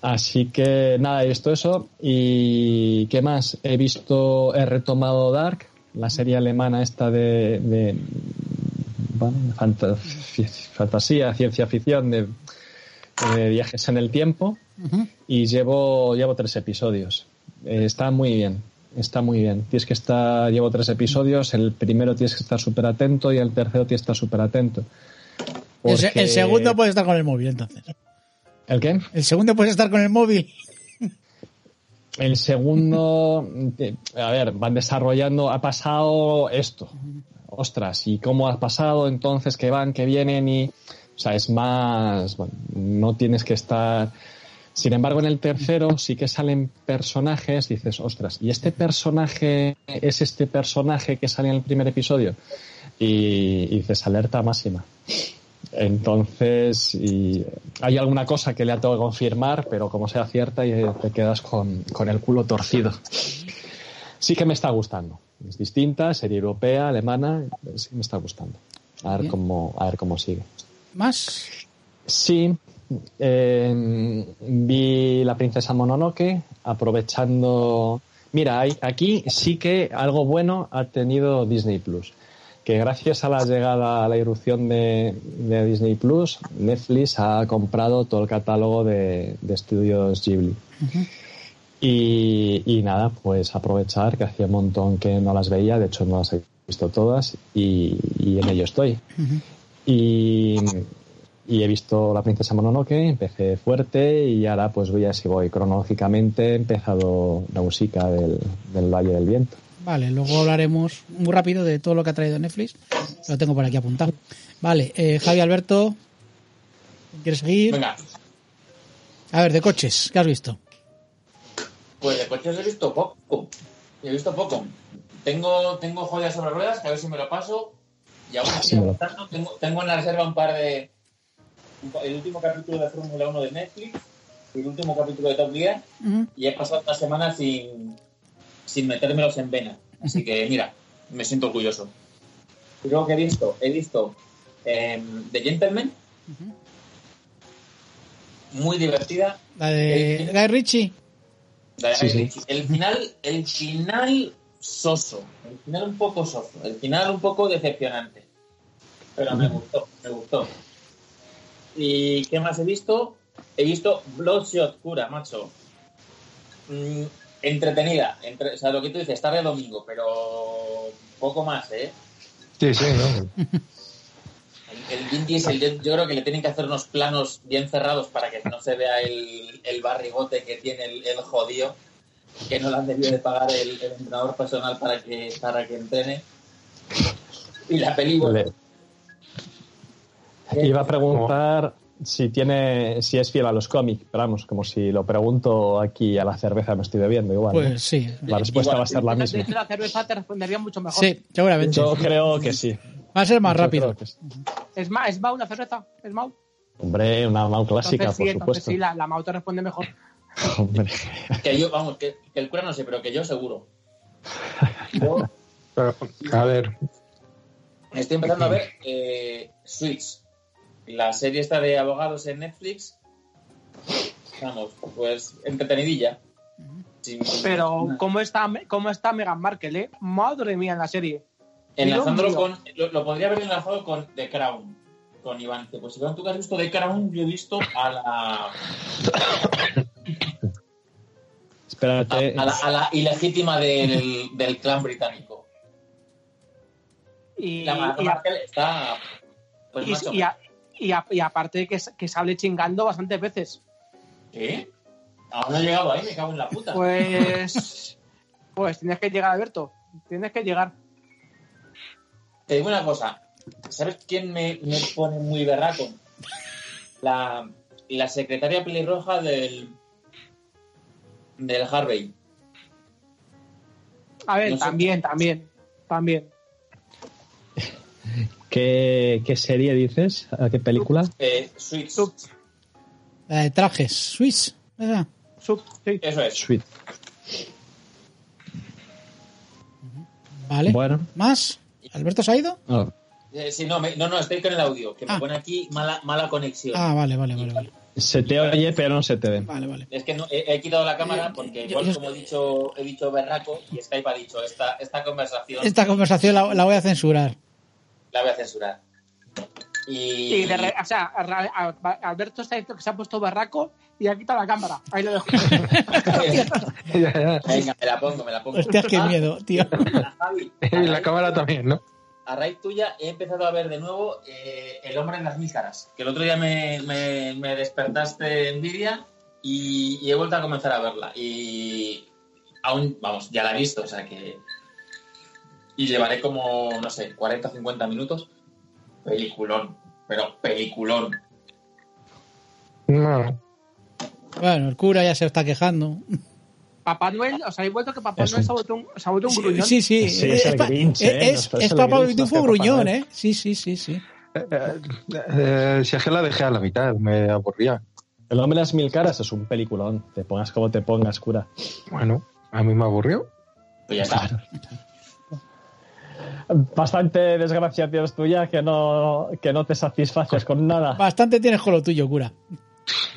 Así que nada, he visto eso. ¿Y qué más? He visto, he retomado Dark, la serie alemana esta de, de, bueno, de fanta- fantasía, ciencia ficción, de, de viajes en el tiempo.
Ujú.
Y llevo, llevo tres episodios. Eh, está muy bien, está muy bien. Tienes que estar, llevo tres episodios, el primero tienes que estar súper atento y el tercero tienes que estar súper atento.
El se- El,
Porque-
segundo puede estar con el móvil, entonces.
¿El qué?
El segundo puede estar con el móvil.
El segundo, eh, a ver, van desarrollando, ha pasado esto. Ostras, ¿y cómo ha pasado? Entonces, que van, que vienen y... O sea, es más, bueno, no tienes que estar... Sin embargo, en el tercero sí que salen personajes, dices, ostras, ¿y este personaje es este personaje que sale en el primer episodio? Y, y dices, alerta máxima. Entonces, y hay alguna cosa que le ha tenido que confirmar, pero como sea cierta, y eh, te quedas con, con el culo torcido. Sí que me está gustando. Es distinta, serie europea, alemana, eh, sí me está gustando. A ver,
Bien.
cómo, a ver cómo sigue.
Más.
Sí, eh, vi La princesa Mononoke aprovechando... Mira, hay- aquí sí que algo bueno ha tenido Disney Plus, que gracias a la llegada, a la irrupción de, de Disney Plus, Netflix ha comprado todo el catálogo de, de estudios Ghibli. Y, y nada, pues aprovechar que hacía un montón que no las veía, de hecho no las he visto todas y, y en ello estoy. Y, y he visto La Princesa Mononoke, empecé fuerte y ahora pues voy así voy cronológicamente, he empezado la música del, del Valle del Viento.
Vale, luego hablaremos muy rápido de todo lo que ha traído Netflix. Lo tengo por aquí apuntado. Vale, eh, Javi Alberto, ¿quieres seguir?
Venga,
A ver, de coches, ¿qué has visto?
pues de coches he visto poco. He visto poco. Tengo, tengo joyas sobre ruedas, que a ver si me lo paso. Y aún así,
Sí, me lo-
avanzando, tengo, tengo en la reserva un par de. un pa- El último capítulo de Fórmula 1 de Netflix, el último capítulo de Top Gear, y he pasado una semana sin, sin metérmelos en vena. Así que, mira, me siento orgulloso. Y luego que he visto, he visto eh, The Gentleman, muy divertida,
La de Guy Ritchie.
La-
Sí,
el,
sí.
el final, el final soso. El final un poco soso. El final un poco decepcionante. Pero me gustó, me gustó. ¿Y qué más he visto? He visto Bloodshot Oscura, macho. Mm, entretenida. entre- o sea, lo que tú dices, tarde domingo, pero poco más, ¿eh?
Sí, sí, ¿no?
El, el Vin Diesel, yo, yo creo que le tienen que hacer unos planos bien cerrados para que no se vea el, el barrigote que tiene el, el jodido, que no le han debido de pagar el, el entrenador personal para que, para que entrene. Y la película.
Le- Iba a preguntar si tiene, si es fiel a los cómics, pero vamos, como si lo pregunto aquí a la cerveza me estoy bebiendo igual. ¿no?
Pues sí.
La respuesta
Igual.
va a ser la
De
misma.
hecho, la cerveza te respondería mucho mejor.
Sí, seguramente.
Yo creo que sí.
Va a ser más
Yo
rápido.
creo que sí.
Es Mau, es Mau la cerveza. Es Mau.
Hombre, una mano clásica,
entonces, sí,
por
entonces
supuesto.
sí, la, la Mau te responde mejor.
Hombre.
Que yo, vamos, que, que el cura no sé, pero que yo seguro. Yo
Pero, a ver,
estoy empezando a ver eh, Switch, la serie esta de abogados en Netflix. Vamos, pues entretenidilla. Sin-
Pero, ¿cómo está, cómo está Meghan Markle, eh? Madre mía, en la serie.
Enlazándolo
Dios mío.
con. Lo, lo podría haber enlazado con The Crown. Con Iván. Que, Pues Iván, tú que has visto The Crown, yo he visto a la. A,
Espérate.
Ah,
a la, a la ilegítima del, del clan británico.
Y,
Y la Marta
y a-
Markel está. Pues
y-
macho.
y a- y a- y aparte que, se- que se hable chingando bastantes veces.
¿Qué? Aún no he llegado ahí, me cago en la puta.
Pues. Pues tienes que llegar, Alberto. Tienes que llegar.
Te digo una cosa. ¿Sabes quién me, me pone muy berraco? La, la secretaria pelirroja del. del Harvey.
A ver,
No sé.
también, también. También. ah.
¿Qué, ¿Qué serie dices? ¿A qué película?
Eh, Switch.
Sub,
La de trajes. Swiss. ¿verdad?
sub, sí.
Eso es.
Sweet.
Vale.
Bueno.
¿Más? ¿Alberto se ha ido?
Ah,
Eh, sí, no, me- no, no, estoy con el audio, que me
Ah.
pone aquí mala, mala conexión.
Ah, vale, vale, vale. Vale,
Se te oye, pero no se te ve.
vale. vale.
Es que no, he, he quitado la cámara porque igual,
Eh, yo-
como he dicho, he dicho berraco y Skype ha dicho, esta, esta conversación
Esta conversación la, la voy a censurar.
la voy a censurar. Y,
Y de re- o sea, Ra- a- a- Alberto está diciendo que se ha puesto barraco y ha quitado la cámara. Ahí lo dejo.
Venga, me la pongo, me la pongo.
Hostia, qué
Ah,
miedo, tío.
a Javi, a
y la
raíz-
cámara también, ¿no?
a raíz tuya he empezado a ver de nuevo eh, El hombre en las mil caras, que el otro día me, me- me despertaste envidia y, y he vuelto a comenzar a verla. Y aún, vamos, ya la he visto, o sea que... Y llevaré como, no sé, 40 o 50 minutos. Peliculón, pero peliculón.
No,
Bueno, el cura ya se está quejando.
Papá Noel, os habéis vuelto que Papá
Es
Noel
un-
se ha vuelto un, se ha vuelto un gruñón.
Sí, sí.
Sí, es el
pa-
Grinch, ¿eh?
es-
No, es
es
el
Papá
Grinch más que
Pitufo
Papá
gruñón,
Noel.
¿eh? Sí, sí, sí, sí.
Eh, eh, eh, si es que la dejé a la mitad, me aburría.
El hombre de las mil caras es un peliculón. Te pongas como te pongas, cura.
Bueno, a mí me aburrió.
Pues ya está.
Bastante desgracia tienes tuya que no, que no te satisfaces con nada.
Bastante tienes con lo tuyo, cura.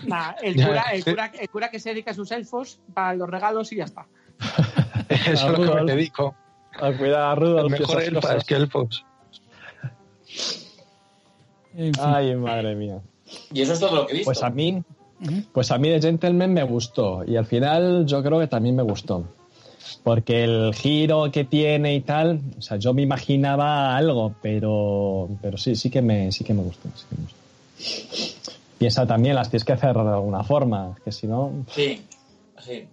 Nah, el,
Ya,
cura, el,
sí.
cura, el cura que se dedica a sus elfos para los regalos y ya está.
Eso es lo que
Rudolph.
me dedico.
A cuidar a
El
Ah, Rudolph y
mejor
esas
elfas
cosas.
que elfos.
En fin.
Ay, madre mía.
Y eso es todo lo que he visto.
Pues a mí,
Ujú.
pues a mí The Gentleman me gustó y al final yo creo que también me gustó. Porque el giro que tiene y tal, o sea, yo me imaginaba algo, pero, pero sí, sí que me, sí que me gustó. sí que me gustó. Piensa también, las tienes que hacer de alguna forma, que si no,
Sí, sí.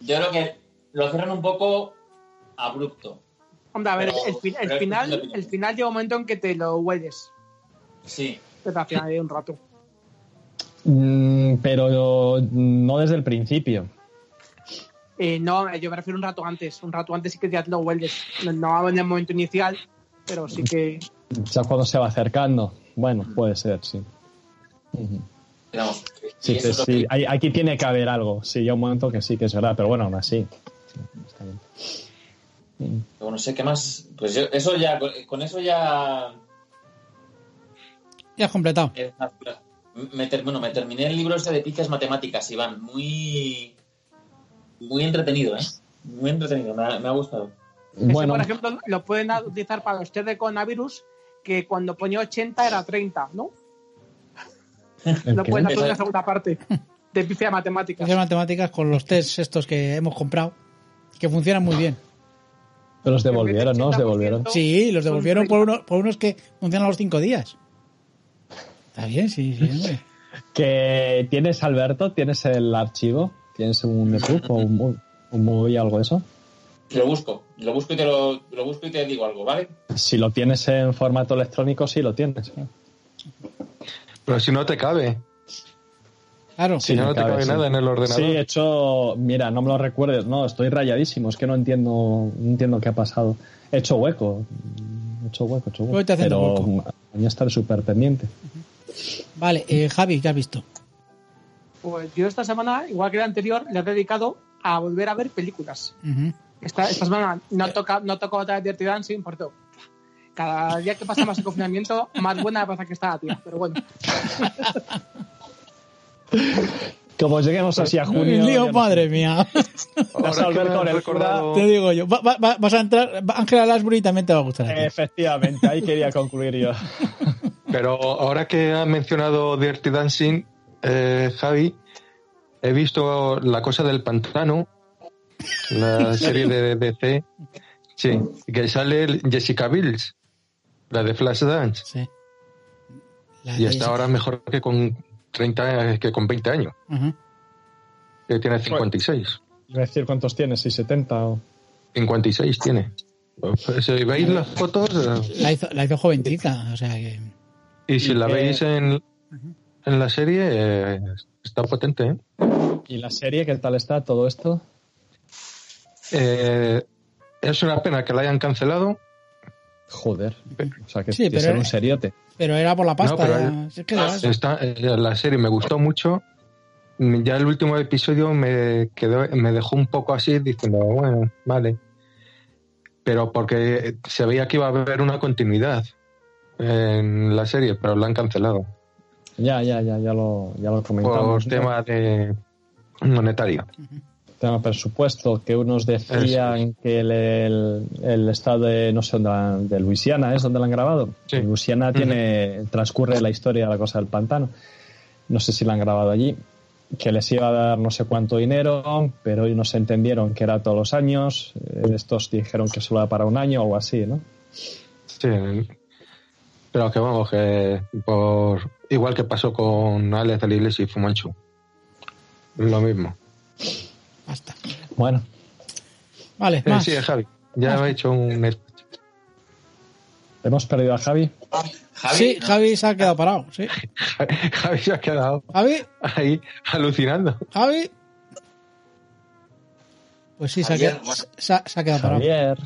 Yo creo que lo cierran un poco abrupto.
Hombre, a ver,
Pero-
el, fin- el
pero es cuestión de
final,
opinión.
el final llega un momento en que te lo hueles.
Sí.
Pero al final de un rato.
Mm, pero no desde el principio.
Eh, no, yo me refiero un rato antes. Un rato antes sí que ya te lo hueles. No, no en el momento inicial, pero sí que.
Ya cuando se va acercando, bueno, puede ser, sí. Ujú.
Digamos,
Sí,
y eso
sí,
es lo
sí.
que-
Ahí- aquí tiene que haber algo. Sí, ya un momento que sí, que es verdad, pero bueno, aún así. sí, está bien. Mm.
Luego no sé qué más. Pues yo, eso ya, con, con eso ya.
Ya has completado.
es natural. Me, ter- bueno, me terminé el libro ese de pizzas matemáticas, Iván. Muy. Muy entretenido, ¿eh? Muy entretenido, me ha, me ha gustado.
Ese,
Bueno,
por ejemplo, lo pueden utilizar para los test de coronavirus, que cuando ponía 80 era 30, ¿no?
¿el
Lo
qué?
pueden hacer en la segunda parte de pifia de matemáticas.
Hacer matemáticas con los tests estos que hemos comprado, que funcionan muy bien.
Pero los devolvieron, ¿no? Los devolvieron.
Sí, los devolvieron por, uno- por unos que funcionan a los cinco días. Está bien, sí, sí, hombre.
Que tienes, Alberto, tienes el archivo, tienes un EPUB o un, mu- un MUI, algo de eso.
Lo busco, lo busco y te lo, lo busco y te digo algo, ¿vale?
Si lo tienes en formato electrónico, sí lo tienes. ¿eh?
Pero si no te cabe,
Claro.
si no, no te
cabe,
cabe
sí.
nada en el ordenador.
Sí, he hecho, mira, no me lo recuerdes, no, estoy rayadísimo, es que no entiendo, no entiendo qué ha pasado. He hecho hueco, he hecho hueco, he hecho
Voy
hueco.
te haciendo
Pero
hueco.
mañana estaré súper pendiente.
Vale, eh, Javi, ¿qué has visto?
Pues yo esta semana, igual que la anterior, le he dedicado a volver a ver películas.
Ujú.
Esta, esta semana no toca, no toco otra vez Dirty Dancing, por todo. Cada día que pasa más el confinamiento, más buena me parece que está la tía. Pero bueno,
Como lleguemos así a junio.
El lío,
ya no-
madre mía.
Ahora
Vas
que
a volver
me han
con el
recordado-
Te digo yo. Va- va- va- vas a entrar. va- Ángela Lasbury también te va a gustar.
Eh.
a ti.
Efectivamente, ahí quería concluir yo.
Pero ahora que has mencionado Dirty Dancing, eh, Javi, he visto La Cosa del Pantano, la serie de DC, sí, que sale el Jessica Bills, la de Flashdance,
Sí. La
y
de-
está ahora mejor que con 30, que con 20 años,
Ajá.
que tiene 56.
Iba a decir cuántos tienes, si 70 o.
56 tiene. Pues, Si veis las fotos eh,
La hizo, la hizo jovencita, o sea que.
y si
Y
la
que-
veis en, en la serie, eh, está potente, ¿eh?
¿Y la serie qué tal está todo esto?
Eh, es una pena que la hayan cancelado.
Joder. O sea, que
Sí,
tiene que
pero
ser
era-
un seriote.
Pero era por la pasta.
pero
ya.
hay-
Si es que era eso.
Está, eh, la serie me gustó mucho. Mm, Ya el último episodio me, quedó, me dejó un poco así diciendo, bueno, vale. Pero porque se veía que iba a haber una continuidad en la serie, pero la han cancelado
Ya, ya, ya, ya lo, ya lo comentamos.
por
¿no?
tema de monetario.
tema presupuesto, que unos decían que el, el- el estado de, no sé, dónde la- de Luisiana es donde la han grabado.
Sí.
En Luisiana tiene, transcurre la historia de la cosa del pantano. No sé si la han grabado allí. Que les iba a dar no sé cuánto dinero, pero ellos no se entendieron que era todos los años. Eh, Estos dijeron que solo era para un año o algo así, ¿no?
Sí. Pero que vamos, que por igual que pasó con Alex de la Iglesia y Fumanchu. Lo mismo.
Basta.
Bueno,
Vale,
Eh,
más.
sí, Javi. Ya he hecho un
hemos perdido a Javi.
Javi,
Sí, Javi se ha quedado parado. Sí.
Javi se ha quedado
Javi,
ahí alucinando.
Javi. Pues sí, se ha,
Javier,
quedado, se ha- se ha quedado parado.
Javier.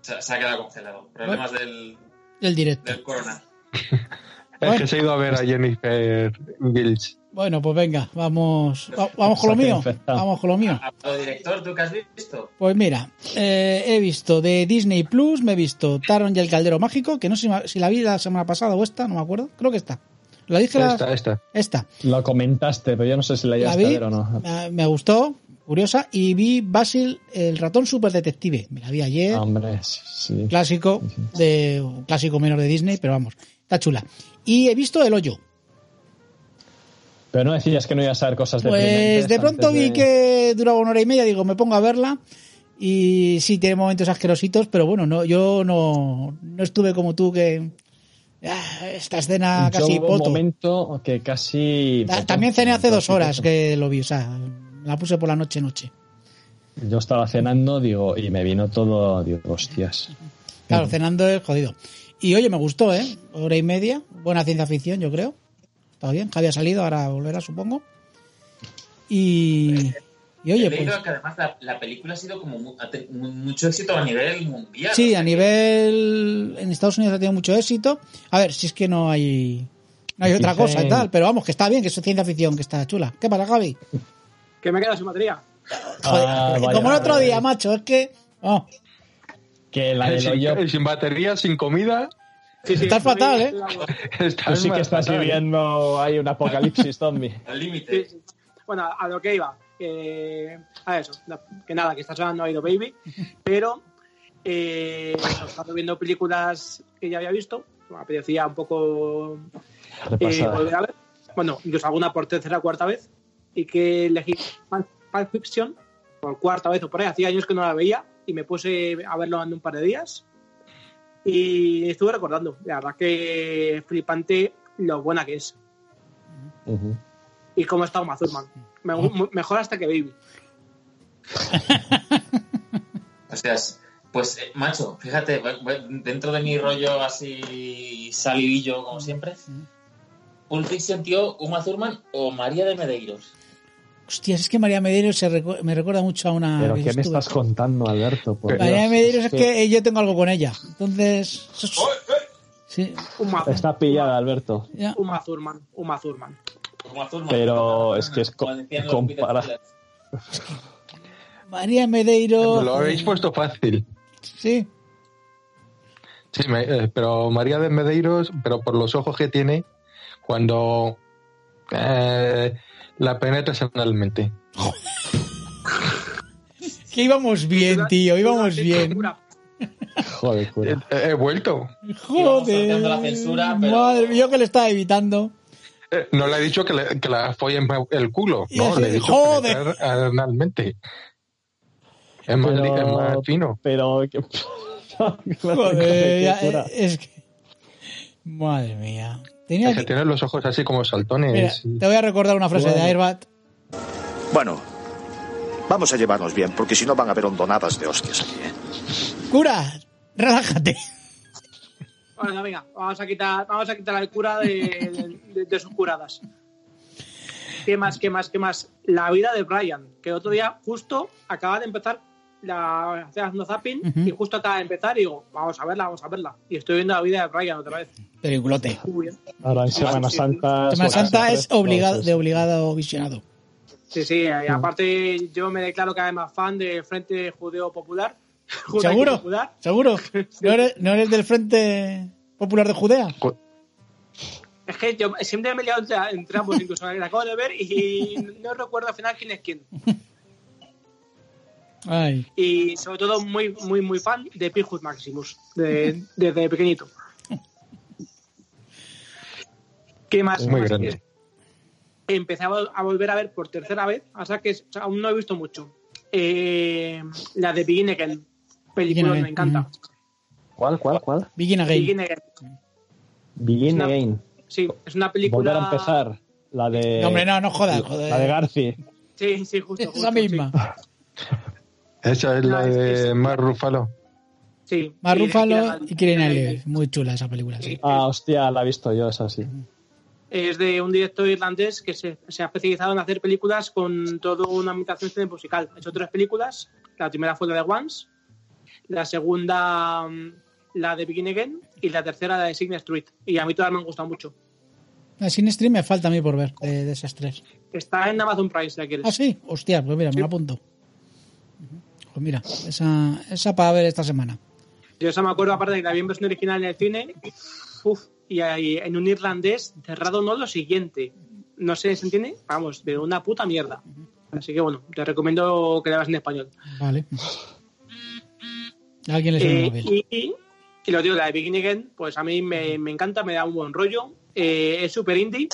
se, se ha quedado congelado. Problemas del,
El directo.
del corona.
Es
Bueno.
que se ha ido a ver a Jennifer Bills.
Bueno, pues venga, vamos, va- vamos con lo
Se ha
mío.
infectado.
Vamos con lo mío.
Amado Ah, director, ¿tú qué has visto?
Pues mira, eh, he visto de Disney Plus, me he visto Taron y el Caldero Mágico, que no sé si la vi la semana pasada o esta, no me acuerdo. Creo que esta. La dije la-
Esta, esta.
esta.
Lo comentaste, pero yo no sé si la
La
llegaste a
vi,
ver o no.
me- me gustó, curiosa, y vi Basil, el ratón superdetective. Me la vi ayer.
Hombre, sí. Ah, sí.
clásico de un clásico menor de Disney, pero vamos, está chula. Y he visto El Hoyo.
Pero no decías que no ibas a ver cosas de
Pues de pronto vi que duraba una hora y media, digo, me pongo a verla. Y sí, tiene momentos asquerositos, pero bueno, no, yo no, no estuve como tú que... ah, esta escena
Yo
casi
hubo un
poto.
momento que casi.
Ta- También cené hace dos
Poto.
horas que lo vi, o sea, la puse por la noche, noche.
Yo estaba cenando, digo, y me vino todo, digo, hostias.
Claro, cenando es jodido. Y oye, me gustó, ¿eh? Hora y media, buena ciencia ficción, yo creo. Está bien, que había salido, ahora volverá, supongo. Y, y
He
oye,
leído
pues...
que además la, la película ha sido como mu- ha te- mu- mucho éxito a nivel mundial. o
Sí,
sea
a
que-
nivel. En Estados Unidos ha tenido mucho éxito. A ver, si es que no hay. No hay otra
Dicen-
cosa y tal, pero vamos, que está bien, que es ciencia ficción, que está chula. ¿Qué pasa, Javi?
que me queda su materia.
Joder,
Ah, vaya,
como el otro
vaya.
día, macho, es que. oh,
Que la del
sin,
hoyo.
sin batería, sin comida.
Sí, sí,
Estás
sí,
fatal, ¿eh?
la-
Tú
Estás
sí que
más
estás
fatal.
viviendo ahí un apocalipsis zombie.
Al límite.
Sí, sí. Bueno, a lo que iba. eh, a eso, no, que nada, que esta semana no ha ido Baby, pero eh, estado viendo películas que ya había visto, me apetecía un poco eh,
Repasada.
volver a ver. Bueno, yo os hago una por tercera cuarta vez y que elegí Pulp Pulp Fiction por cuarta vez o por ahí. Hacía años que no la veía y me puse a verlo en un par de días y estuve recordando. La verdad que es flipante lo buena que es
Ujú.
y cómo está Uma Thurman. Me- mu- mejor hasta que Baby.
O sea, es- pues eh, macho, fíjate, bu- bu- dentro de mi rollo así salidillo como siempre, Pulp Fiction, tío, Uma Thurman o María de Medeiros.
Hostias, es que María Medeiros se recu- me recuerda mucho a una.
Pero
que
¿qué me
estuve-
estás contando, Alberto? Por
María
Dios,
Medeiros es
es
que yo tengo algo con ella. Entonces. Sí,
Uma,
Está pillada, Alberto.
ya.
Uma Thurman, Uma Thurman.
Uma Thurman.
Pero es que es
Como
co-
decían los Peter
compara-
Sellers.
María Medeiros.
Lo habéis puesto fácil.
Sí.
Sí, me- eh, pero María de Medeiros, pero por los ojos que tiene, cuando eh, la penetras analmente.
Que íbamos bien, tío, íbamos bien.
Joder,
Eh,
cura.
He vuelto.
Íbamos
Joder.
sorteando la censura, pero-
Madre mía, yo que le estaba evitando.
Eh, No le he dicho que, le- que la follen el culo.
Y
No,
así,
le he dicho
joder.
penetrar analmente. Es más, li- es más fino.
Pero. que-
Joder, ya,
Qué cura.
eh, es que. Madre mía. Tenía
Que
que-
tiene los ojos así como
Mira,
saltones.
te voy a recordar una frase de
Bueno.
Airbat.
Bueno, vamos a llevarnos bien, porque si no van a haber hondonadas de hostias aquí, ¿eh?
Cura, relájate.
Bueno, venga, vamos a quitar, vamos a quitar al cura de, de- de sus curadas. ¿Qué más, qué más, qué más? La vida de Brian, que el otro día justo acaba de empezar la hace- haciendo zapping
Ujú.
y justo acaba de empezar y digo, vamos a verla, vamos a verla. Y estoy viendo la vida de Brian otra vez.
Peliculote.
Muy bien.
Ahora en Semana
Semana
Santa. bueno,
Santa
siempre-
es obligado,
entonces,
de obligado visionado.
Sí, sí, y aparte yo me declaro cada vez más fan del Frente Judeo Popular. Judaico
¿Seguro?
Popular.
¿Seguro? ¿No eres, no eres del Frente Popular de Judea?
Es que yo siempre me he liado entre, entre ambos, incluso la acabo de ver y no recuerdo al final quién es quién.
Ay.
y sobre todo muy muy muy fan de Pirjus Maximus de- desde pequeñito ¿qué más?
Muy
Más
grande.
que empecé a, vol- a volver a ver por tercera vez o sea que o sea, aún no he visto mucho Eh, la de Begin Again película
Begin
me
Again,
encanta
¿Cuál, cuál, cuál?
Begin Again.
Begin Again
Begin
Una
Again.
sí es una película
Volver a empezar. La de.
No, hombre, no, no jodas, joder.
La de Garci.
sí, sí justo,
Esa
justo,
misma.
Esa es la
No, es-
de
es-
Mar Rufalo.
sí, sí.
Más
Y de
Rúfalo
Kira-
y Kirin
Kira
Allen.
Knightley.
Muy chula esa película, sí.
Ah, hostia, la he visto yo, es así.
es de un director irlandés que se, se ha especializado en hacer películas con toda una ambientación este musical. Ha hecho tres películas. La primera fue la de Once, la segunda mm, la de Begin Again y la tercera la de Sign Street. Y a mí todas me han gustado mucho.
La Sin Stream me falta a mí por ver eh, de, de esas tres.
Está en Amazon Prime si la quieres.
Ah, sí, hostia, pues mira, me la apunto. Pues mira, esa, esa para ver esta semana.
Yo esa me acuerdo aparte de que la vi en versión original en el cine. Uf, y ahí, en un irlandés cerrado no lo siguiente. No sé, ¿se entiende? Vamos, de una puta mierda. Así que bueno, te recomiendo que la veas en español.
Vale. A alguien le suena el
Eh,
móvil.
y, y lo digo, la de Begin Again, pues a mí me, me encanta, me da un buen rollo. eh, es super indie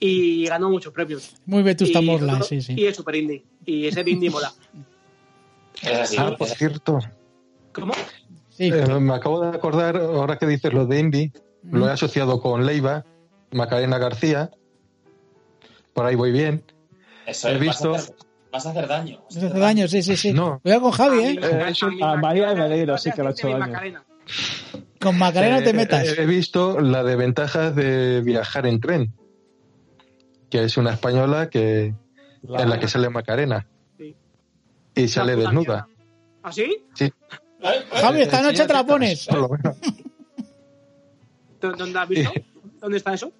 y ganó muchos premios.
Muy Vetusta
Y-
Morla, sí, sí.
Y es super indie. Y ese indie mola.
Es así.
Ah, por cierto.
¿Cómo?
Sí,
Eh, me acabo de acordar, ahora que dices lo de Indy, lo he asociado con Leiva, Macarena García. Por ahí voy bien.
Eso
he
es,
visto-
Vas a hacer, vas a hacer daño. vas a
nos hace
hacer
daño, sí, sí, sí.
No.
Cuidado con Javi,
A
¿eh?
mí-
Eh,
a
eso-
mí
a María de
Macarena,
Medeiros,
no
sí que le ha hecho
mi
daño.
Macarena.
Con Macarena
Eh,
te metas.
eh, He visto la de ventajas de viajar en tren, que es una española que en la que sale Macarena.
Sí.
Y sale
Una puta
desnuda.
mierda. ¿Ah, sí?
Javi, esta
Eh,
noche te la
enséñate,
pones.
por lo menos.
¿Dó- ¿Dónde has visto? ¿Dónde está eso?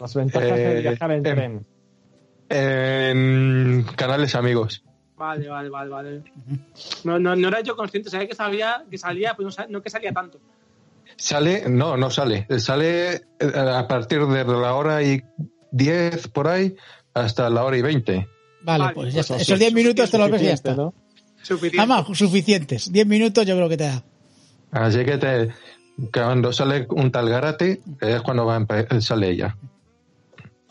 Las ventajas de
Eh,
viajar en
em.
tren.
En canales amigos.
Vale, vale, vale, vale. No, no, no era yo consciente, sabía que salía, que salía, pues no, sa- no que salía tanto.
Sale, no, no sale. Sale eh, a partir de la hora y 10 por ahí hasta la hora y 20.
Vale,
Vale,
pues ya
pues
está.
así.
Esos 10 minutos te los ves y ya
Suficiente,
está.
¿no?
Suficiente.
Además, suficientes. 10 minutos yo creo que te da.
Así que te, cuando sale un tal Garate, es cuando va a empe- sale ella.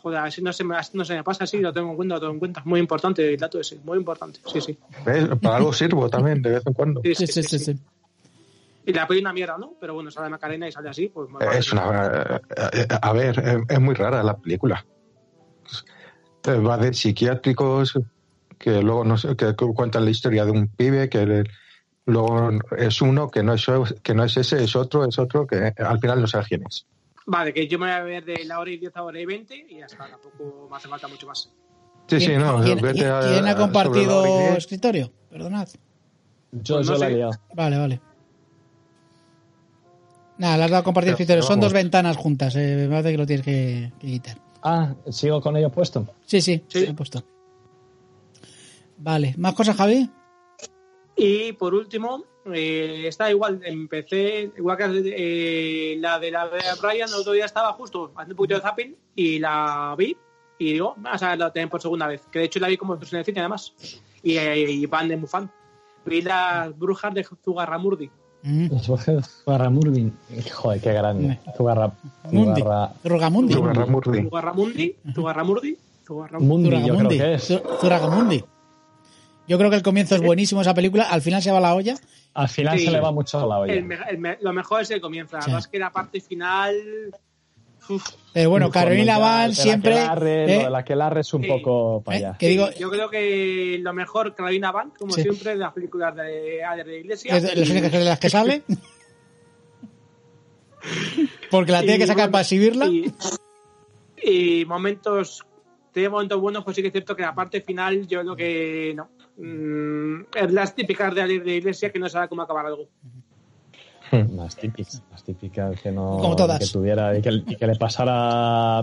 Joder, así no se me, así no se me pasa, sí, lo tengo en cuenta, lo tengo en cuenta. Muy importante el dato ese, muy importante. Sí, sí.
¿Ves? Para algo sirvo también, de vez en cuando.
Sí,
Sí, sí, sí, sí.
Y la peli una mierda, ¿no? Pero bueno, sale Macarena y sale así, pues más vale.
Es una. eh, A ver, es- es muy rara la película. Va de psiquiátricos que luego no sé, que cuentan la historia de un pibe que le- luego es uno que no es que no es ese, es otro, es otro que al final no sabes quién es.
Vale, que yo me voy a ver de la hora y 10 a hora y 20 y ya está, tampoco me hace falta mucho más.
Sí, sí,
¿Quién-
no.
¿Quién,
vete
quién- quién
a- a-
ha
sobre la hora y
compartido
diez.
escritorio? Perdonad.
Yo,
Pues no
yo la he
sé.
liado.
Vale, vale. Nada, le has dado a compartir
Pero,
escritorio. Son
vamos.
dos ventanas juntas. eh, me parece que lo tienes que, que quitar.
Ah, sigo con ello puesto.
Sí, sí,
Sí.
se ha puesto. Vale. ¿Más cosas, Javi?
Y por último, eh, está igual, empecé, igual que eh, la de la de Brian, el otro día estaba justo haciendo un poquito de zapping y la vi y digo, vas a la tener por segunda vez. Que de hecho la vi como en el cine además. Y, eh, y van de muy fan. Vi las brujas de Zugarramurdi.
Mm.
Zugarramurdi. Joder, qué grande. Zugarra,
Mundi.
Zugarra-
Rogamundi.
Zugarramurdi.
Zugarramundi, Zugarramurdi, Zugarramurdi.
Mundi, yo creo
Zuragamundi.
que es.
Zu- Zuragamundi. Yo creo que el comienzo es buenísimo esa película. Al final se va la olla.
Al final
Sí.
se le va mucho a la olla.
El me- el me- lo mejor es el comienzo. La
Sí.
verdad es que la parte final. uf,
Pero bueno,
Y cuando
Carolina
ya
Van
el
siempre.
aquelarre,
¿eh?
Lo del aquelarre es un
Sí.
poco para
¿Eh?
allá.
Que digo,
yo creo que lo mejor, Carolina Bank, como
Sí.
siempre, de las películas de Adriana Iglesias.
es de las únicas de las que sale. Porque la tiene
Y
que sacar
bueno,
para exhibirla.
Y, y momentos, tiene momentos buenos, pues sí que es cierto que la parte final yo creo que no. Mm, es las típicas de Alir de Iglesia que no sabe cómo acabar algo.
Las típicas, las típicas que no.
Como todas.
Que tuviera y que, y que le pasara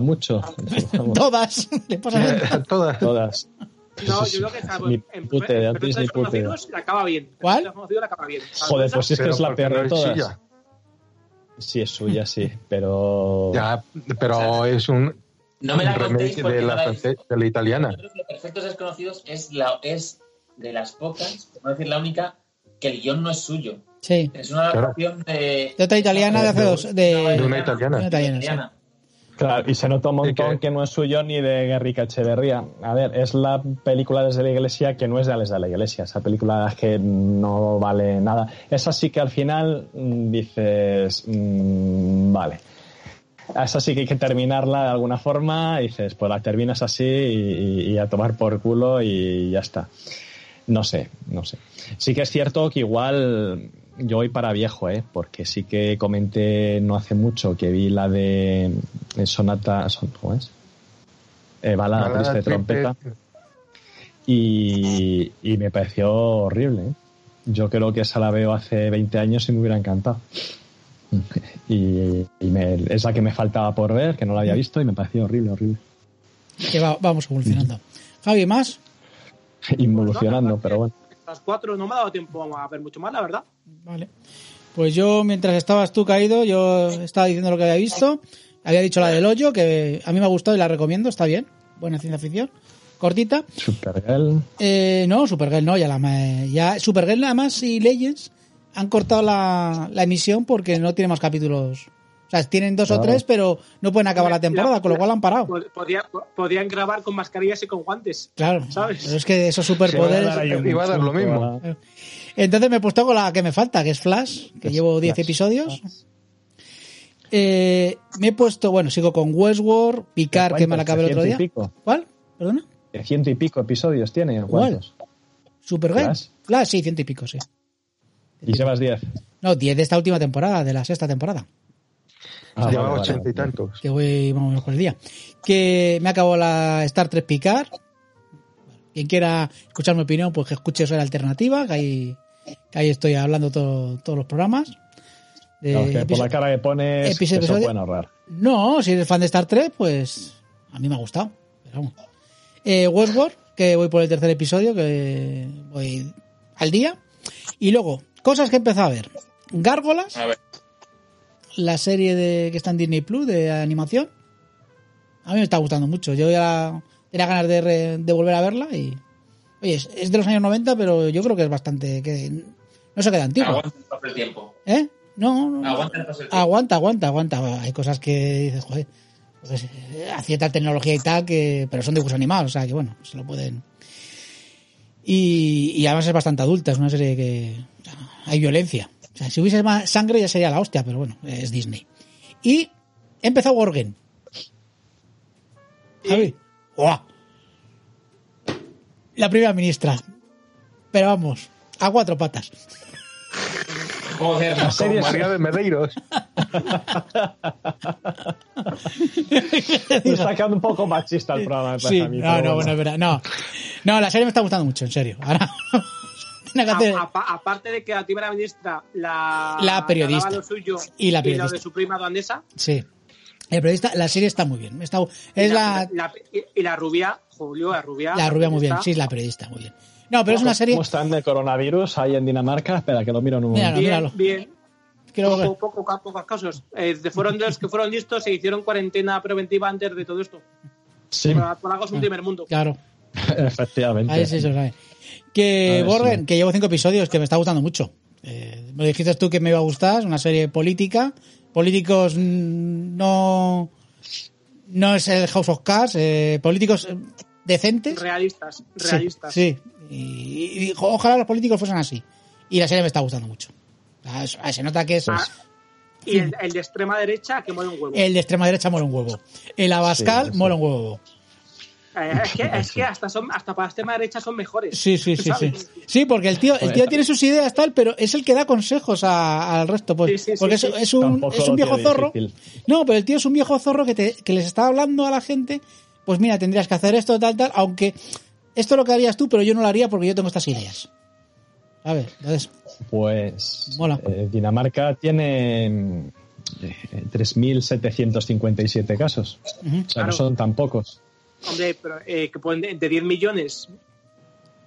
mucho. Vamos,
Todas. Le pasan-
Eh, Todas.
todas.
No, yo creo que salvo
Ni pute de
en
antes
Perfectos
ni pute de-
Desconocidos, la acaba bien.
¿Cuál?
Perfectos Desconocidos la acaba bien. Salvo
Joder,
esa,
pues es que
Pero
es la
porque
peor
no
de
es
todas.
suya.
Sí, es suya, sí, pero.
Ya, pero es un,
No me la
un remake
contéis porque
de
no
la,
la he
francesa- de la italiana.
Yo creo que Perfectos Desconocidos es, la, es de las pocas, por no decir la única, que el guión no es suyo.
Sí.
Es una
Claro.
adaptación de...
De otra italiana de hace dos.
De
De...
una italiana.
De una italiana,
Claro, y se nota un
¿De
montón
qué?
que no es suyo ni de Guerrica Echeverría. A ver, es la película desde la iglesia que no es de Alex de la iglesia. Esa película es que no vale nada. Esa sí que al final mm, dices, mm, vale. Esa sí que hay que terminarla de alguna forma. y Dices, pues la terminas así y, y- y a tomar por culo y ya está. No sé, no sé. Sí que es cierto que igual yo voy para viejo, ¿eh? Porque sí que comenté no hace mucho que vi la de eh, Sonata... Son, ¿Cómo es? Eh, balada,
Balada
triste,
triste.
trompeta. Y, y me pareció horrible, ¿eh? Yo creo que esa la veo hace 20 años y me hubiera encantado. Y, y me- es la que me faltaba por ver, que no la había visto y me pareció horrible, horrible.
Pues
Que va- vamos evolucionando. Javi, más.
Involucionando, pero bueno.
Las cuatro no me ha dado tiempo a ver mucho más, la verdad.
Vale. Pues yo, mientras estabas tú caído, yo estaba diciendo lo que había visto. Había dicho la del hoyo, que a mí me ha gustado y la recomiendo, está bien. Buena ciencia ficción. Cortita.
Supergirl.
Eh, no, Supergirl no, ya la me- ya Supergirl nada más y Legends han cortado la, la emisión porque no tiene más capítulos. O sea, tienen dos o
Claro.
tres, pero no pueden acabar la temporada, con lo cual la han parado.
Pod- podía- podían grabar con mascarillas y con guantes.
Claro,
¿Sabes?
pero es que esos
Se va a
superpoderes.
dar ahí un- Iba a dar lo mismo.
Entonces me he puesto con la que me falta, que es Flash, que llevo 10 episodios. Eh, me he puesto, bueno, sigo con Westworld, Picard, que me la acabé el otro día. ¿Cuál? ¿Perdona?
De Eh, ciento y pico episodios tiene. ¿Cuántos?
¿Supergirl? Flash,
¿Flash?
sí, ciento y pico, sí.
Y llevas diez.
No, 10 de esta última temporada, de la sexta temporada.
Ah,
Llevaba
vale, vale,
ochenta y
vale.
tantos.
que voy más o menos con el día. Que me acabó la Star Trek Picard. Quien quiera escuchar mi opinión, pues que escuche esa alternativa, que ahí, que ahí estoy hablando todo- todos los programas. De
Claro, que por
episodio-
la cara que pones,
episodio-
eso pueden ahorrar.
No, si eres fan de Star Trek, pues a mí me ha gustado. Pero vamos. Eh, Westworld, que voy por el tercer episodio, que voy al día. Y luego, cosas que he empezado a ver. Gárgolas,
A ver,
la serie de que está en Disney Plus de animación. A mí me está gustando mucho. Yo ya Tenía ganas de, re- de volver a verla y. Oye, es, es de los años 90, pero yo creo que es bastante. que No se queda antigua.
Aguanta el paso del tiempo.
¿Eh? No, no, no.
Aguanta el paso del tiempo.
Aguanta, aguanta, aguanta. Hay cosas que dices, joder, pues, eh, hacía tal tecnología y tal, que, pero son dibujos animados, o sea que bueno, se lo pueden. Y, y además es bastante adulta, es una serie que. o sea, hay violencia. O sea, si hubiese más sangre ya sería la hostia, pero bueno, es Disney. Y empezó Worgen. Javi. ¡guau! La primera ministra. Pero vamos, a cuatro patas.
Joder, macho.
Con María de Medeiros.
Está quedando un poco machista el programa, me parece
Sí,
a mí,
no,
pero
no, bueno, es verdad. No, no, la serie me está gustando mucho, en serio. Ahora, tenía que hacer-
A- apa- aparte de que la primera ministra la,
La periodista.
daba lo suyo
Y la
lo
periodista.
de su prima danesa
Sí. El periodista, la serie está muy bien. Está,
y
es
la,
la,
la- y- y la rubia, Julio, la rubia.
la rubia muy bien,
está-
sí, la periodista muy bien. No, pero es una serie.
¿Cómo están de coronavirus ahí en Dinamarca? Espera, que lo miro en un
Mira,
momento.
Bien,
míralo.
bien.
Quiero ver-
Poco, poco, ca- pocos casos. Eh, de- fueron de los que fueron listos, se hicieron cuarentena preventiva antes de todo esto.
Sí,
Por, por algo es un primer mundo.
Claro,
efectivamente.
ahí sí se sabe. Que
A ver,
Borgen,
sí.
que llevo cinco episodios, que me está gustando mucho. Eh, me dijiste tú que me iba a gustar, es una serie política. Políticos mm, no. No es el House of Cards, eh, políticos eh, decentes.
Realistas,
Sí,
realistas.
Sí, Y, y dijo, ojalá los políticos fuesen así. Y la serie me está gustando mucho. Ah, es- ah, Se nota que es
Ah, y el, el de extrema derecha que mueve un huevo.
el de extrema derecha mola un huevo. El Abascal
Sí, sí.
mola un huevo.
Eh, es que, es que hasta, son, hasta para extrema derecha son mejores.
Sí, sí, sí, sí.
¿Sabes?
Sí, porque el tío, el tío
Bueno.
tiene sus ideas tal, pero es el que da consejos a- al resto. Pues,
Sí, sí, sí,
porque
sí.
es, es un,
Tampoco
es un
lo
viejo
tiene
zorro.
difícil.
No, pero el tío es un viejo zorro que, te- que les está hablando a la gente. Pues mira, tendrías que hacer esto, tal, tal. Aunque esto es lo que harías tú, pero yo no lo haría porque yo tengo estas ideas. A ver, entonces,
Pues
Mola.
eh, Dinamarca tiene mm, eh, 3.757 casos.
ujú.
O sea,
Claro.
no son tan pocos.
Hombre, pero eh, que pueden de, de 10 millones,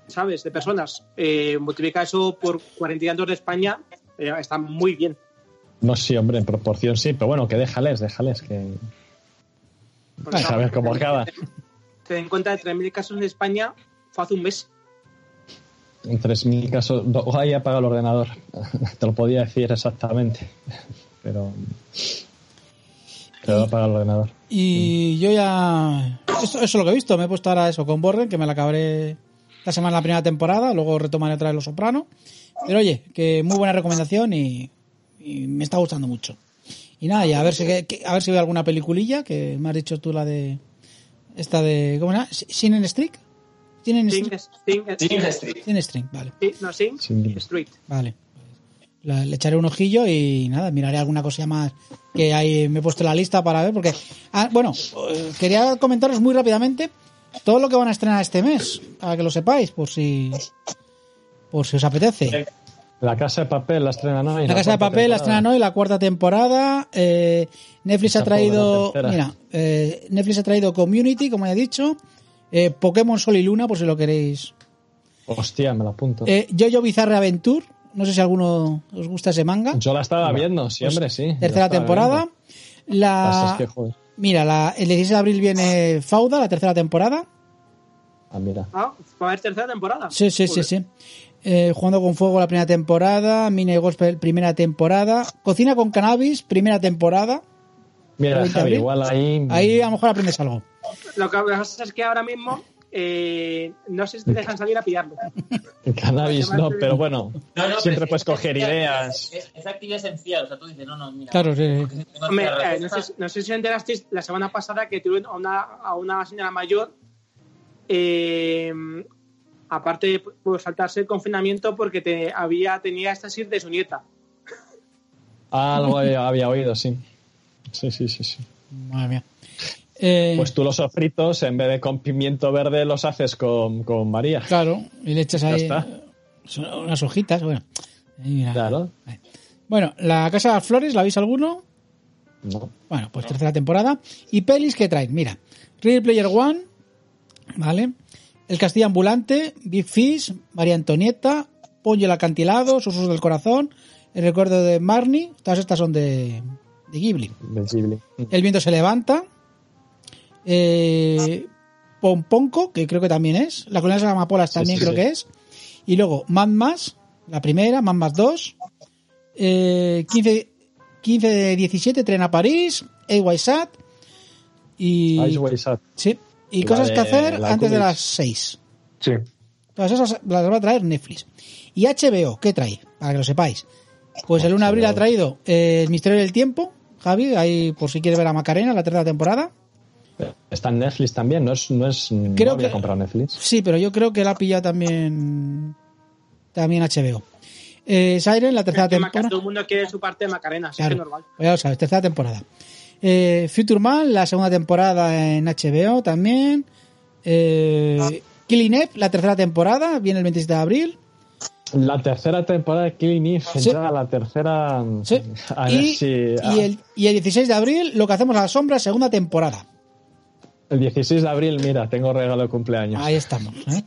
¿sabes? De personas. Eh, multiplica eso por 40 y tantos de España, eh, está muy bien.
No sí, hombre, en proporción sí, pero bueno, que déjales, déjales. Que...
Porque,
A
claro,
saber cómo acaba.
Ten en cuenta de 3.000 casos en España fue hace un mes.
En 3.000 casos. no, Ay, apaga el ordenador. Te lo podía decir exactamente. Pero. Pero apaga el ordenador.
Y yo ya. Eso, eso es lo que he visto. Me he puesto ahora eso con Borgen, que me la acabaré esta semana la primera temporada. Luego retomaré otra vez Los Soprano. Pero oye, que muy buena recomendación y, y me está gustando mucho. Y nada, ya a ver si, que- que- a ver si veo alguna peliculilla que me has dicho tú la de. Esta de. ¿Cómo era? ¿Sin en Streak? ¿Sin en
Sing,
Streak?
sing,
Sing
sing,
Street.
Sin Streak, vale.
sí, no, sing,
Sin-
street.
Vale. La- le echaré un ojillo y nada, miraré alguna cosilla más que ahí me he puesto en la lista para ver, porque. ah, bueno, eh, quería comentaros muy rápidamente todo lo que van a estrenar este mes, para que lo sepáis, por si. Por si os apetece.
La casa de papel la estrenan hoy.
La Casa de
cuarta
Papel, la
temporada.
estrenan hoy, la cuarta temporada. eh, Netflix ha
Tampoco la
traído.
tercera.
Mira, eh, Netflix ha traído Community, como ya he dicho. eh, Pokémon Sol y Luna, por si lo queréis
Hostia, me la apunto.
Eh, Jojo Bizarre Adventure. No sé si alguno os gusta ese manga.
Yo la estaba viendo,
Pues,
siempre, sí. la
Tercera
estaba
temporada.
viendo. Pues
La,
es que, Ah. joder.
mira, la, el 16 de abril viene Fauda, la tercera temporada.
Ah, mira.
Ah, va a haber tercera
Ah,
temporada.
Sí, sí, sí,
Joder.
sí. Eh, Jugando con Fuego, la primera temporada. Mine Gospel, primera temporada. Cocina con Cannabis, primera temporada.
Mira,
¿Veinte de
Javi,
abril?
igual ahí.
Ahí a lo mejor aprendes algo.
Lo que pasa es que ahora mismo eh, no sé si te dejan salir a pillarlo.
El cannabis no, pero bueno.
No, no,
siempre
pero es-
puedes
es-
coger
es-
ideas.
Es, es actividad esencial, o sea, tú dices, no, no, mira.
Claro, sí, sí.
porque si tengo
Hombre,
otra
eh, no,
receta-
sé, no sé si os enterasteis la semana pasada que tuvieron a una, a una señora mayor, eh, aparte de pues, saltarse el confinamiento porque te, había, tenía éxtasis de su nieta.
Algo había había oído, sí. Sí, sí, sí, sí.
Madre mía. Eh,
Pues tú los sofritos, en vez de con pimiento verde, los haces con, con María.
claro, y le echas
Ya
ahí
está.
son unas hojitas. Bueno, Ahí, mira.
Claro.
bueno, la Casa de las Flores, ¿la veis alguno?
No.
Bueno, pues tercera temporada. Y pelis que traen, mira. Ready Player One, ¿vale? El Castillo Ambulante, Big Fish, María Antonieta, Pollo el Acantilado, Susos del Corazón, El Recuerdo de Marnie, todas estas son de, de Ghibli.
De Ghibli.
El Viento se Levanta, eh, Pomponco, que creo que también es. La colonia de las amapolas también
sí,
creo
sí.
que es. Y luego Mad Más, la primera, Mad Más 2. Eh, 15, 15 de 17, Tren a París. AYSAT. Y,
Ice Way Sat.
sí, y
Ah, la
cosas
de
que hacer
la
antes de
Cubics.
las 6.
Sí.
Todas esas las va a traer Netflix. Y HBO, ¿qué trae? Para que lo sepáis. Pues el 1 de abril ha traído eh, El Misterio del Tiempo, Javi, ahí por si quieres ver a Macarena, la tercera temporada.
Está en Netflix también, no es. No, es, no
Creo
había
que-
comprado Netflix.
Sí, pero yo creo que la ha pillado también, también HBO. Eh, Siren, la tercera
El tema que
temporada.
todo el mundo quiere su parte de Macarena, así que
Claro,
normal.
pues ya lo sabes, tercera temporada. Eh, Future Man, la segunda temporada en HBO también.
Ah.
Eh, Killing Eve, la tercera temporada, viene el 27 de abril.
La tercera temporada de Killing Eve,
Sí.
ya la tercera.
Sí.
A ver
Y,
si. ah.
y el, y el 16 de abril, lo que hacemos a la sombra, segunda temporada.
El 16 de abril, mira, tengo regalo de cumpleaños.
Ahí estamos. ¿eh?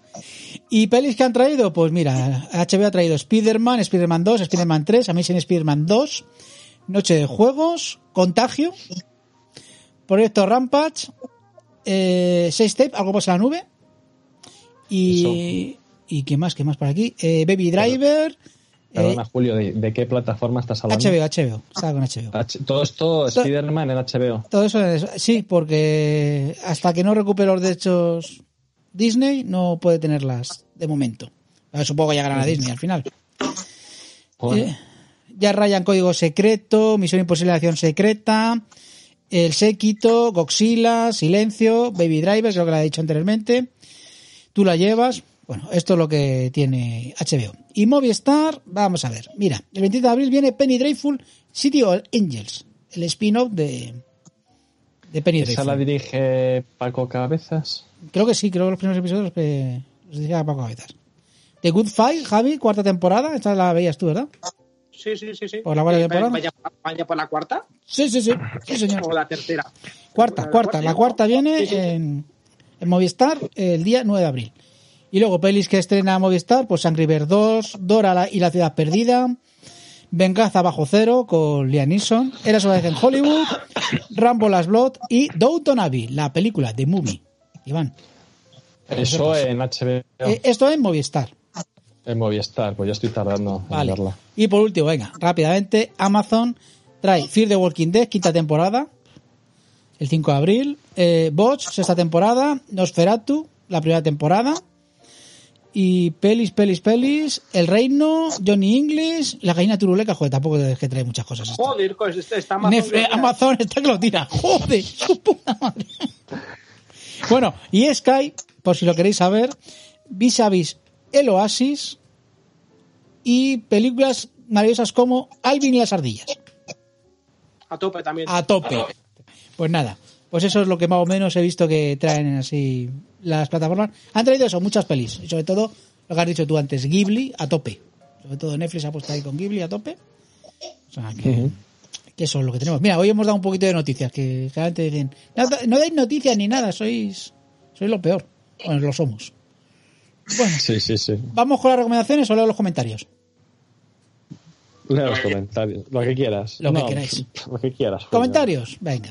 ¿Y pelis que han traído? Pues mira, HBO ha traído Spider-Man, Spider-Man 2, Spider-Man 3, Amazing Spider-Man 2, Noche de Juegos, Contagio, Proyecto Rampage, eh, 6 Tape, Algo pasa en la nube, y... ¿Y qué más? ¿Qué más por aquí? Eh, Baby Driver, eh,
Perdona, Julio, ¿de, de qué plataforma estás hablando?
HBO, HBO, estaba con HBO.
H- todo esto, Spider-Man en HBO.
Todo eso es, sí, porque hasta que no recupere los derechos Disney no puede tenerlas de momento. A ver, Supongo que llegarán a Disney al final.
Joder.
Eh, ya Ryan Código Secreto, Misión Imposible de Acción Secreta, El Séquito, Goxila, Silencio, Baby Driver, lo que le he dicho anteriormente. Tú la llevas. Bueno, esto es lo que tiene HBO. Y Movistar, vamos a ver. Mira, el 27 de abril viene Penny Dreadful City of Angels, el spin-off de, de Penny
¿Esa la
Dreadful.
dirige Paco Cabezas?
Creo que sí, creo que los primeros episodios los, que, los decía Paco Cabezas. The Good Fight, Javi, cuarta temporada. Esta la veías tú, ¿verdad?
Sí, sí, sí. sí.
¿Por la cuarta
Eh,
temporada?
Vaya, vaya por la cuarta
Sí, sí, sí. Sí, señor.
o la tercera.
Cuarta, cuarta. La cuarta
Sí, sí, sí.
viene en, en Movistar el día 9 de abril. Y luego pelis que estrena Movistar, pues Angry Birds 2, Dora la- y la ciudad perdida, Venganza bajo cero con Liam Neeson, Eras una vez en Hollywood, Rambo Las Blood y Downton Abbey, la película de Movie. Iván,
Eso en HBO,
eh, esto es Movistar.
en Movistar, pues ya estoy tardando
Vale.
en verla.
Y por último, venga, rápidamente, Amazon trae Fear the Walking Dead, quinta temporada, el 5 de abril, eh, Bots, sexta temporada, Nosferatu, la primera temporada, y pelis, pelis, pelis, El Reino, Johnny English, La Gallina Turuleca, joder, tampoco es que trae muchas cosas. esto.
Joder, co- está, está Amazon.
Nef- eh, Amazon, está que lo tira, joder, su puta madre. Bueno, y Sky, por si lo queréis saber, vis a vis El Oasis y películas maravillosas como Alvin y las ardillas.
A tope también.
A tope. Pues nada, pues eso es lo que más o menos he visto que traen así las plataformas. Han traído eso, muchas pelis. Y sobre todo, lo que has dicho tú antes, Ghibli a tope. Sobre todo Netflix ha puesto ahí con Ghibli a tope. O sea, que, que eso es lo que tenemos. Mira, hoy hemos dado un poquito de noticias, que realmente dicen, no, da- no dais noticias ni nada, sois, sois lo peor. Bueno, lo somos. Bueno,
Sí, sí, sí.
vamos con las recomendaciones o leo los comentarios.
Lea los comentarios, lo que quieras.
Lo que queráis.
Lo que quieras. Julio.
Comentarios, venga.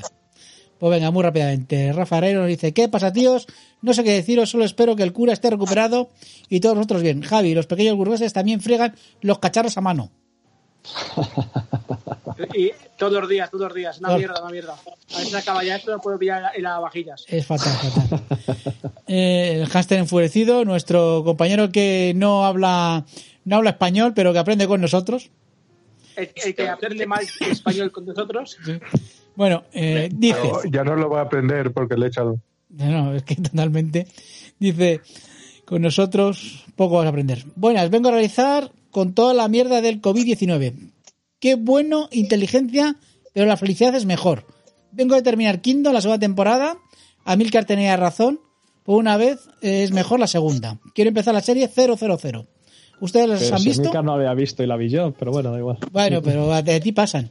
Pues venga, muy rápidamente. Rafa Herrero nos dice, ¿qué pasa, tíos? No sé qué deciros, solo espero que el cura esté recuperado y todos nosotros bien. Javi, los pequeños burgueses también friegan los cacharros a mano.
Y todos los días, todos los días. Una
Claro.
mierda, una mierda. A ver si se acaba ya esto, no puedo pillar en la- en las vajillas.
Es fatal, fatal. Eh, el hámster enfurecido, nuestro compañero que no habla, no habla español, pero que aprende con nosotros.
El, el que aprende más español con nosotros.
Bueno, eh, dice...
Pero ya no lo va a aprender porque le he echado.
No, no, es que totalmente. Dice, con nosotros poco vas a aprender. Buenas, vengo a realizar con toda la mierda del COVID-19. Qué bueno, inteligencia, pero la felicidad es mejor. Vengo de terminar Kingdom, la segunda temporada. Amilcar tenía razón. Por una vez eh, es mejor la segunda. Quiero empezar la serie 000. ¿Ustedes las
Pero
han
Eh, si
visto?
nunca no había visto y la vi yo, pero bueno, da igual.
Bueno, pero a, a ti pasan.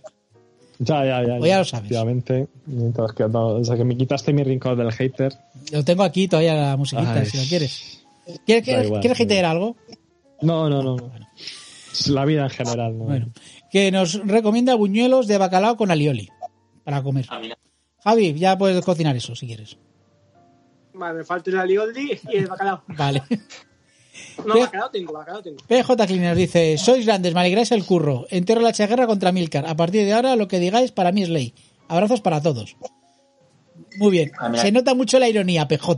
Ya, ya, ya.
Pues ya lo sabes.
Efectivamente, mientras que, no, desde que me quitaste mi rincón del hater.
Lo tengo aquí todavía la musiquita,
Ay.
si lo quieres. ¿Quieres,
Da igual,
quieres
da
que te
igual.
diga algo?
No, no, no. no. Es La vida en general. ¿no?
Bueno, que nos recomienda buñuelos de bacalao
Ah.
con alioli para comer.
A mí no.
Javi, ya puedes cocinar eso si quieres.
Vale, me falta el alioli y el bacalao.
Vale.
No,
Bien.
bacalao tengo, bacalao tengo.
PJ Cleaner dice, sois grandes, me alegráis el curro. Entero la chaguerra contra Milcar. A partir de ahora, lo que digáis para mí es ley. Abrazos para todos. Muy bien.
Ah, mira.
Se nota mucho la ironía, PJ.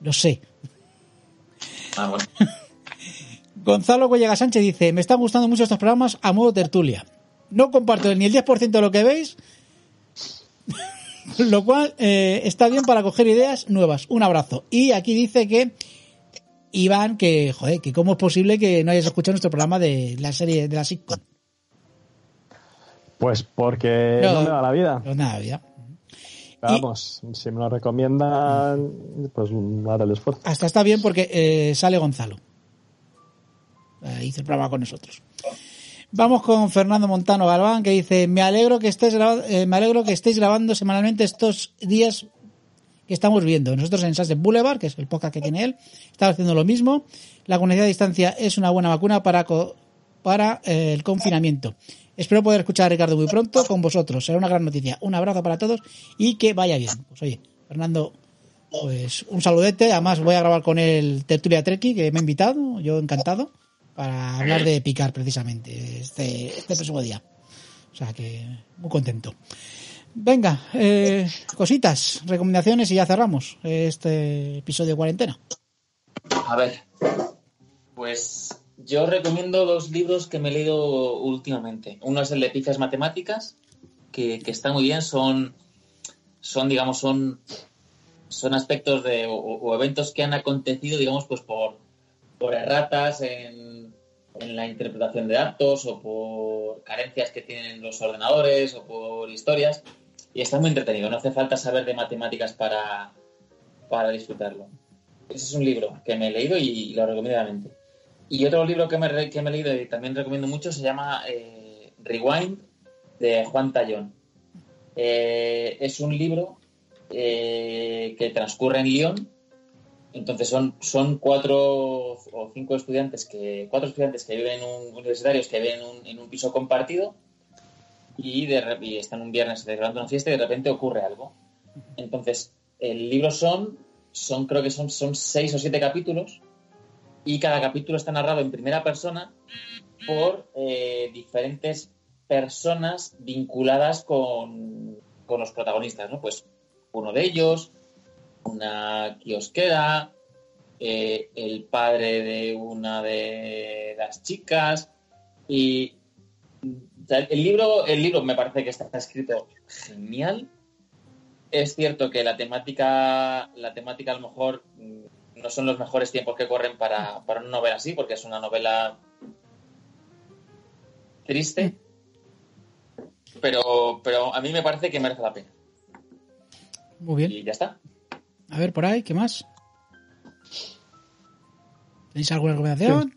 Lo sé.
Ah, bueno.
Gonzalo Huellega Sánchez dice, me están gustando mucho estos programas a modo tertulia. No comparto ni el 10% de lo que veis, lo cual eh, está bien para coger ideas nuevas. Un abrazo. Y aquí dice que Iván, que joder, que cómo es posible que no hayas escuchado nuestro programa de la serie de la sitcom.
Pues porque
No.
no, me da la vida.
Pero nada, ya.
Vamos, si me lo recomiendan, pues haré el esfuerzo.
Hasta está bien porque eh, sale Gonzalo. Eh, hizo el programa con nosotros. Vamos con Fernando Montano Galván que dice me alegro que estés graba- eh, me alegro que estéis grabando semanalmente estos días que estamos viendo. Nosotros en Sunset Boulevard, que es el podcast que tiene él, estamos haciendo lo mismo. La comunidad a distancia es una buena vacuna para co- para eh, el confinamiento. Espero poder escuchar a Ricardo muy pronto con vosotros. Será una gran noticia. Un abrazo para todos y que vaya bien. Pues oye, Fernando, pues un saludete. Además, voy a grabar con el Tertulia Treki, que me ha invitado, yo encantado, para hablar de picar precisamente este, este próximo día. O sea que muy contento. Venga, eh, cositas, recomendaciones y ya cerramos eh, este episodio de cuarentena.
A ver, pues yo recomiendo dos libros que me he leído últimamente. Uno es el de Pizzas Matemáticas, que, que está muy bien, son, son digamos, son, son aspectos de, o, o eventos que han acontecido, digamos, pues por, por erratas en, en la interpretación de datos o por carencias que tienen los ordenadores o por historias. Y está muy entretenido, no hace falta saber de matemáticas para, para disfrutarlo. Ese es un libro que me he leído y lo recomiendo realmente. Y otro libro que me, re- que me he leído y también recomiendo mucho se llama eh, Rewind de Juan Tallón. Eh, es un libro eh, que transcurre en Lyon. Entonces son, son cuatro o cinco estudiantes que cuatro estudiantes que viven en un universitarios que viven en un, en un piso compartido y, de, re- y están un viernes celebrando una fiesta y de repente ocurre algo. Entonces, el libro son, son creo que son, son seis o siete capítulos y cada capítulo está narrado en primera persona por eh, diferentes personas vinculadas con, con los protagonistas, ¿no? Pues uno de ellos, una kiosquera, eh, el padre de una de las chicas y o sea, el libro, el libro me parece que está escrito genial, es cierto que la temática, la temática a lo mejor mm, no son los mejores tiempos que corren para, para una novela así, porque es una novela triste, pero, pero a mí me parece que merece la pena.
Muy bien.
Y ya está.
A ver, por ahí, ¿qué más? ¿Tenéis alguna recomendación?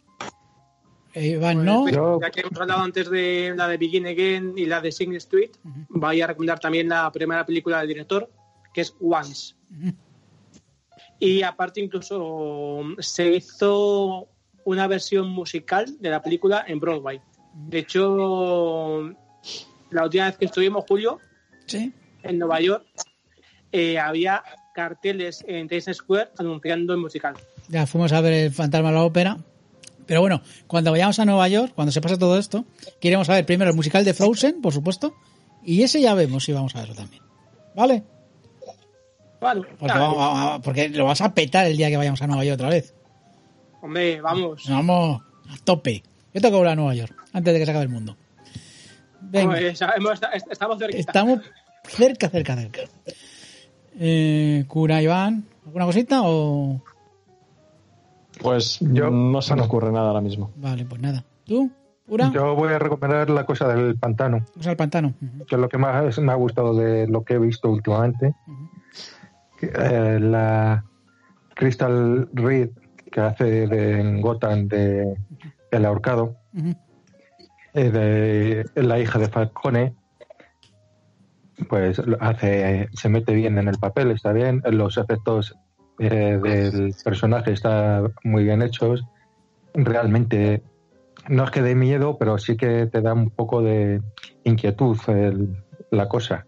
Eh, Iván, no.
Pues,
Yo-
Ya que hemos hablado antes de la de Begin Again y la de Sing Street, voy a recomendar también la primera película del director, que es Once.
Ujú.
Y aparte incluso se hizo una versión musical de la película en Broadway. De hecho, la última vez que estuvimos, Julio,
Sí.
en Nueva York, eh, había carteles en Times Square anunciando el musical.
Ya fuimos a ver el fantasma de la ópera. Pero bueno, cuando vayamos a Nueva York, cuando se pase todo esto, queremos a ver primero el musical de Frozen, por supuesto. Y ese ya vemos si vamos a verlo también. ¿Vale?
Bueno,
Porque,
nada,
Pues vamos- vamos- vamos- porque lo vas a petar el día que vayamos a Nueva York otra vez.
hombre, vamos.
Vamos a tope. Yo tengo que volver a Nueva York antes de que se acabe el mundo. Venga.
Pues, hemos- estamos cerquita.
Estamos cerca, cerca, cerca. Eh, cura Iván, ¿alguna cosita o...?
Pues
Yo-
no se me
no.
ocurre nada ahora mismo.
Vale, pues nada. ¿Tú? ¿Cura?
Yo voy a recomendar la cosa del pantano,
Vamos al pantano. Ujú.
que es lo que más me ha gustado de lo que he visto últimamente. Que, eh, la Crystal Reed, que hace de en Gotham de El Ahorcado,
Ujú.
eh, de es la hija de Falcone, pues lo hace, se mete bien en el papel, está bien, los efectos eh, del personaje están muy bien hechos, realmente no es que dé miedo, pero sí que te da un poco de inquietud el- la cosa.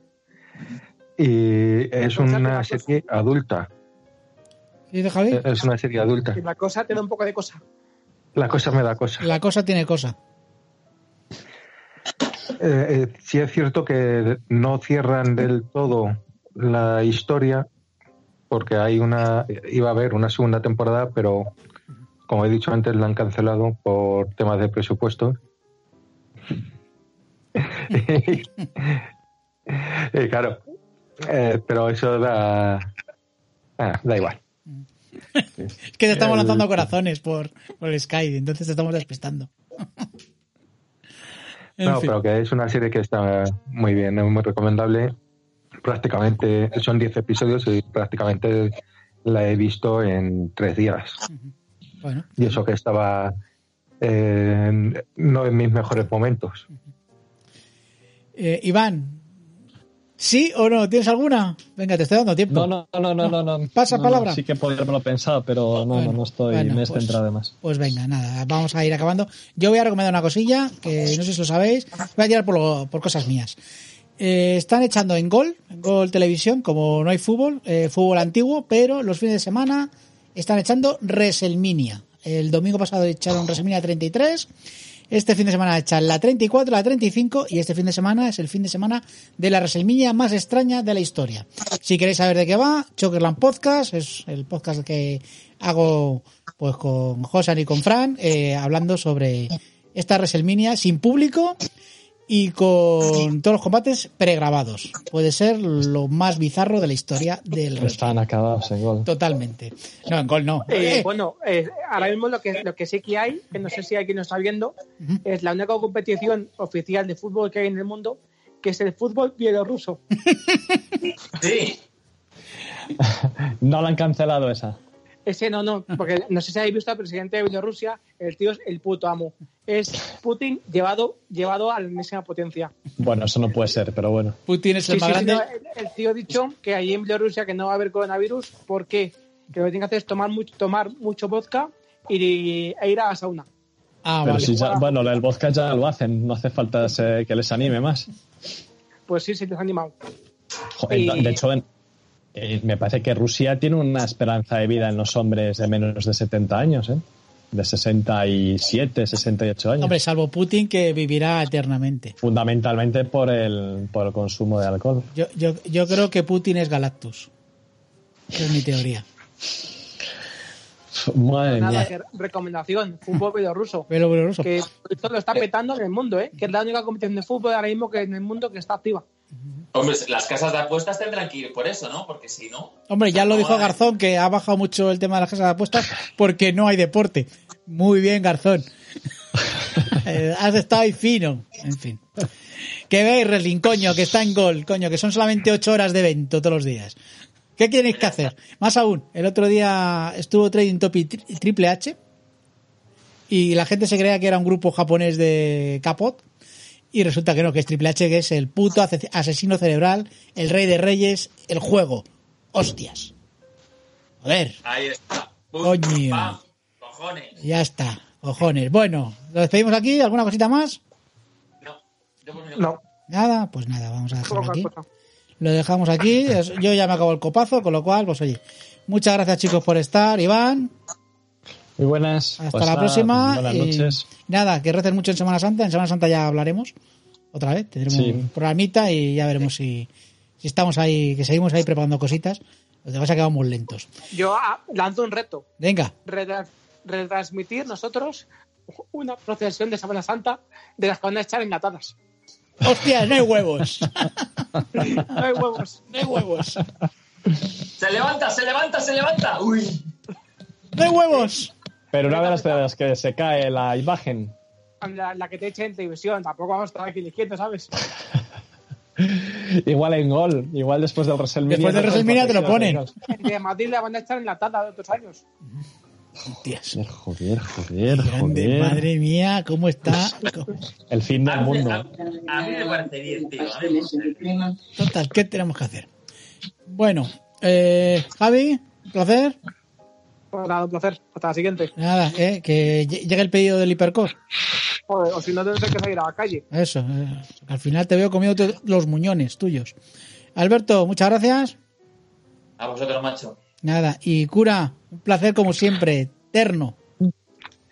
Y es
Pensar que
una
la cosa-
serie adulta,
¿Dice Javi?
Es una serie adulta.
Y la cosa te da un poco de cosa.
La cosa me da cosa.
La cosa tiene cosa.
Eh, eh, sí es cierto que no cierran del todo la historia porque hay una iba a haber una segunda temporada pero como he dicho antes la han cancelado por temas de presupuesto Eh, claro eh, pero eso da ah, da igual
Es que te estamos
El-
lanzando corazones por, por el Skype, entonces te estamos despistando. En
no
fin.
pero que es una serie que está muy bien es muy recomendable prácticamente son 10 episodios y prácticamente la he visto en tres días
Bueno,
y eso que estaba eh, en- no en mis mejores momentos.
Eh, Iván, ¿sí o no? ¿Tienes alguna? Venga, te estoy dando tiempo.
No, no, no, no, no, no.
Pasa
No,
palabra.
no, sí que podría haberlo pensado, pero no,
Bueno,
no, no estoy,
bueno,
me he
pues-
centrado más.
Pues venga, nada, vamos a ir acabando. Yo voy a recomendar una cosilla, que no sé si lo sabéis, voy a tirar por, lo- por cosas mías. Eh, están echando en Gol, en Gol Televisión, como no hay fútbol, eh, fútbol antiguo, pero los fines de semana están echando WrestleMania. El domingo pasado echaron WrestleMania 33, este fin de semana echan la 34, la 35 y este fin de semana es el fin de semana de la WrestleMania más extraña de la historia. Si queréis saber de qué va, Chokerland Podcast es el podcast que hago pues con Josan y con Fran eh, hablando sobre esta WrestleMania sin público y con todos los combates pregrabados. Puede ser lo más bizarro de la historia del wrestling.
Están acabados en gol.
Totalmente. No, en gol no.
Eh,
Eh,
Bueno, eh, ahora mismo lo que, lo que sé que hay, que no sé si alguien lo está viendo,
Ujú.
es la única competición oficial de fútbol que hay en el mundo, que es el fútbol bielorruso.
Sí.
No la han cancelado esa.
Ese no, no, porque no sé si habéis visto al presidente de Bielorrusia, el tío es el puto amo. Es Putin llevado, llevado a la enésima potencia.
Bueno, eso no puede ser, pero bueno.
Putin es el
Sí,
más
sí, sí,
grande.
no, eh. el, el tío ha dicho que allí en Bielorrusia que no va a haber coronavirus porque que lo que tienen que hacer es tomar mucho, tomar mucho vodka y, e ir a la sauna.
Ah,
pero
vale.
si ya, bueno, el podcast ya lo hacen, no hace falta ese- que les anime más.
Pues sí, sí, les ha animado.
Jo, en-
Y-
De hecho, en- eh, me parece que Rusia tiene una esperanza de vida en los hombres de menos de 70 años, ¿eh? De 67, 68 años.
Hombre, salvo Putin que vivirá eternamente.
Fundamentalmente por el, por el consumo de alcohol.
Yo, yo, yo creo que Putin es Galactus. Esa es mi teoría.
Pf, Madre
Nada,
mía.
que recomendación, fútbol bielorruso.
Velo glorioso.
Que esto lo está petando en el mundo, ¿eh? que es la única competición de fútbol ahora mismo que en el mundo que está activa.
Hombre, las casas de apuestas tendrán que ir por eso, ¿no? Porque si no.
Hombre, ya lo dijo
Joder.
Garzón que ha bajado mucho el tema de las casas de apuestas porque no hay deporte. Muy bien, Garzón. Eh, Has estado ahí fino. En fin. Que veis, Wrestling, coño, que está en gol, coño, que son solamente ocho horas de evento todos los días. ¿Qué tenéis que hacer? Más aún, el otro día estuvo Trading Topic tri- Triple H y la gente se creía que era un grupo japonés de Capot y resulta que no, que es Triple H, que es el puto ases- asesino cerebral, el rey de reyes, el juego. Hostias. Joder,
Ahí está. Pum,
Coño.
pam, cojones.
ya está. Cojones. Bueno, ¿lo despedimos aquí? ¿Alguna cosita más?
No. yo por mí no.
No,
Nada, pues nada, vamos a dejarlo
Poca
aquí.
cosa.
Lo dejamos aquí. Es- Yo ya me acabo el copazo, con lo cual, pues oye, muchas gracias chicos por estar. Iván,
Muy buenas.
hasta
Pues
la
nada,
próxima.
Buenas
y
noches.
Nada, que recen mucho en Semana Santa. En Semana Santa ya hablaremos otra vez. Tendremos
Sí.
un programita y ya veremos si, si estamos ahí, que seguimos ahí preparando cositas. Lo que pasa es que vamos lentos.
Yo ah, lanzo un reto.
Venga,
retra- retransmitir nosotros una procesión de Semana Santa de las que van a echar engatadas.
hostias, no hay huevos.
No hay huevos.
No hay huevos.
Se levanta, se levanta, se levanta. Uy.
No hay huevos.
Pero una de las de las que se cae la imagen.
La, la que te echen en televisión, tampoco vamos a estar aquí eligiendo, ¿sabes?
Igual en gol. Igual después del WrestleMania.
Después del WrestleMania te lo ponen.
De Madrid la van a echar enlatada de otros años.
Hostias.
Eh, Joder, joder,
Grande, madre mía, cómo está.
El fin
A
del
mí-
mundo.
A, a mí me parece bien, tío. A mí me parece bien.
Total, ¿qué tenemos que hacer? Bueno, eh, Javi, un placer.
Pues nada, un placer. Hasta la siguiente.
Nada, eh, que lle- llegue el pedido del hipercore.
O, o si no, tendré que salir a la calle.
Eso, eh, al final te veo comiendo los muñones tuyos. Alberto, muchas gracias.
A vosotros, macho.
Nada, y cura, un placer como siempre, eterno.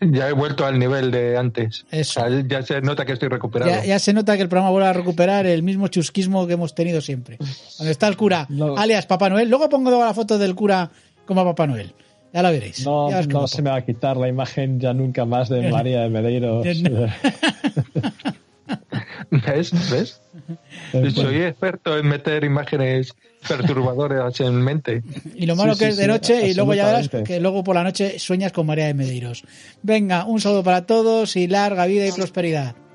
Ya he vuelto al nivel de antes.
Eso.
O sea, ya se nota que estoy recuperado.
Ya, ya se nota que el programa vuelve a recuperar el mismo chusquismo que hemos tenido siempre. Donde está el cura,
No.
alias Papá Noel. Luego pongo la foto del cura como a Papá Noel. Ya la veréis.
No,
Ya verás que
no
guapo.
se me va a quitar la imagen ya nunca más de María de Medeiros.
No.
¿Ves? ¿Ves? Soy experto en meter imágenes perturbadoras en mente.
Y lo malo
Sí,
que
sí,
es de
sí,
noche y luego ya verás
absolutamente.
que luego por la noche sueñas con María de Medeiros. Venga, un saludo para todos y larga vida y prosperidad.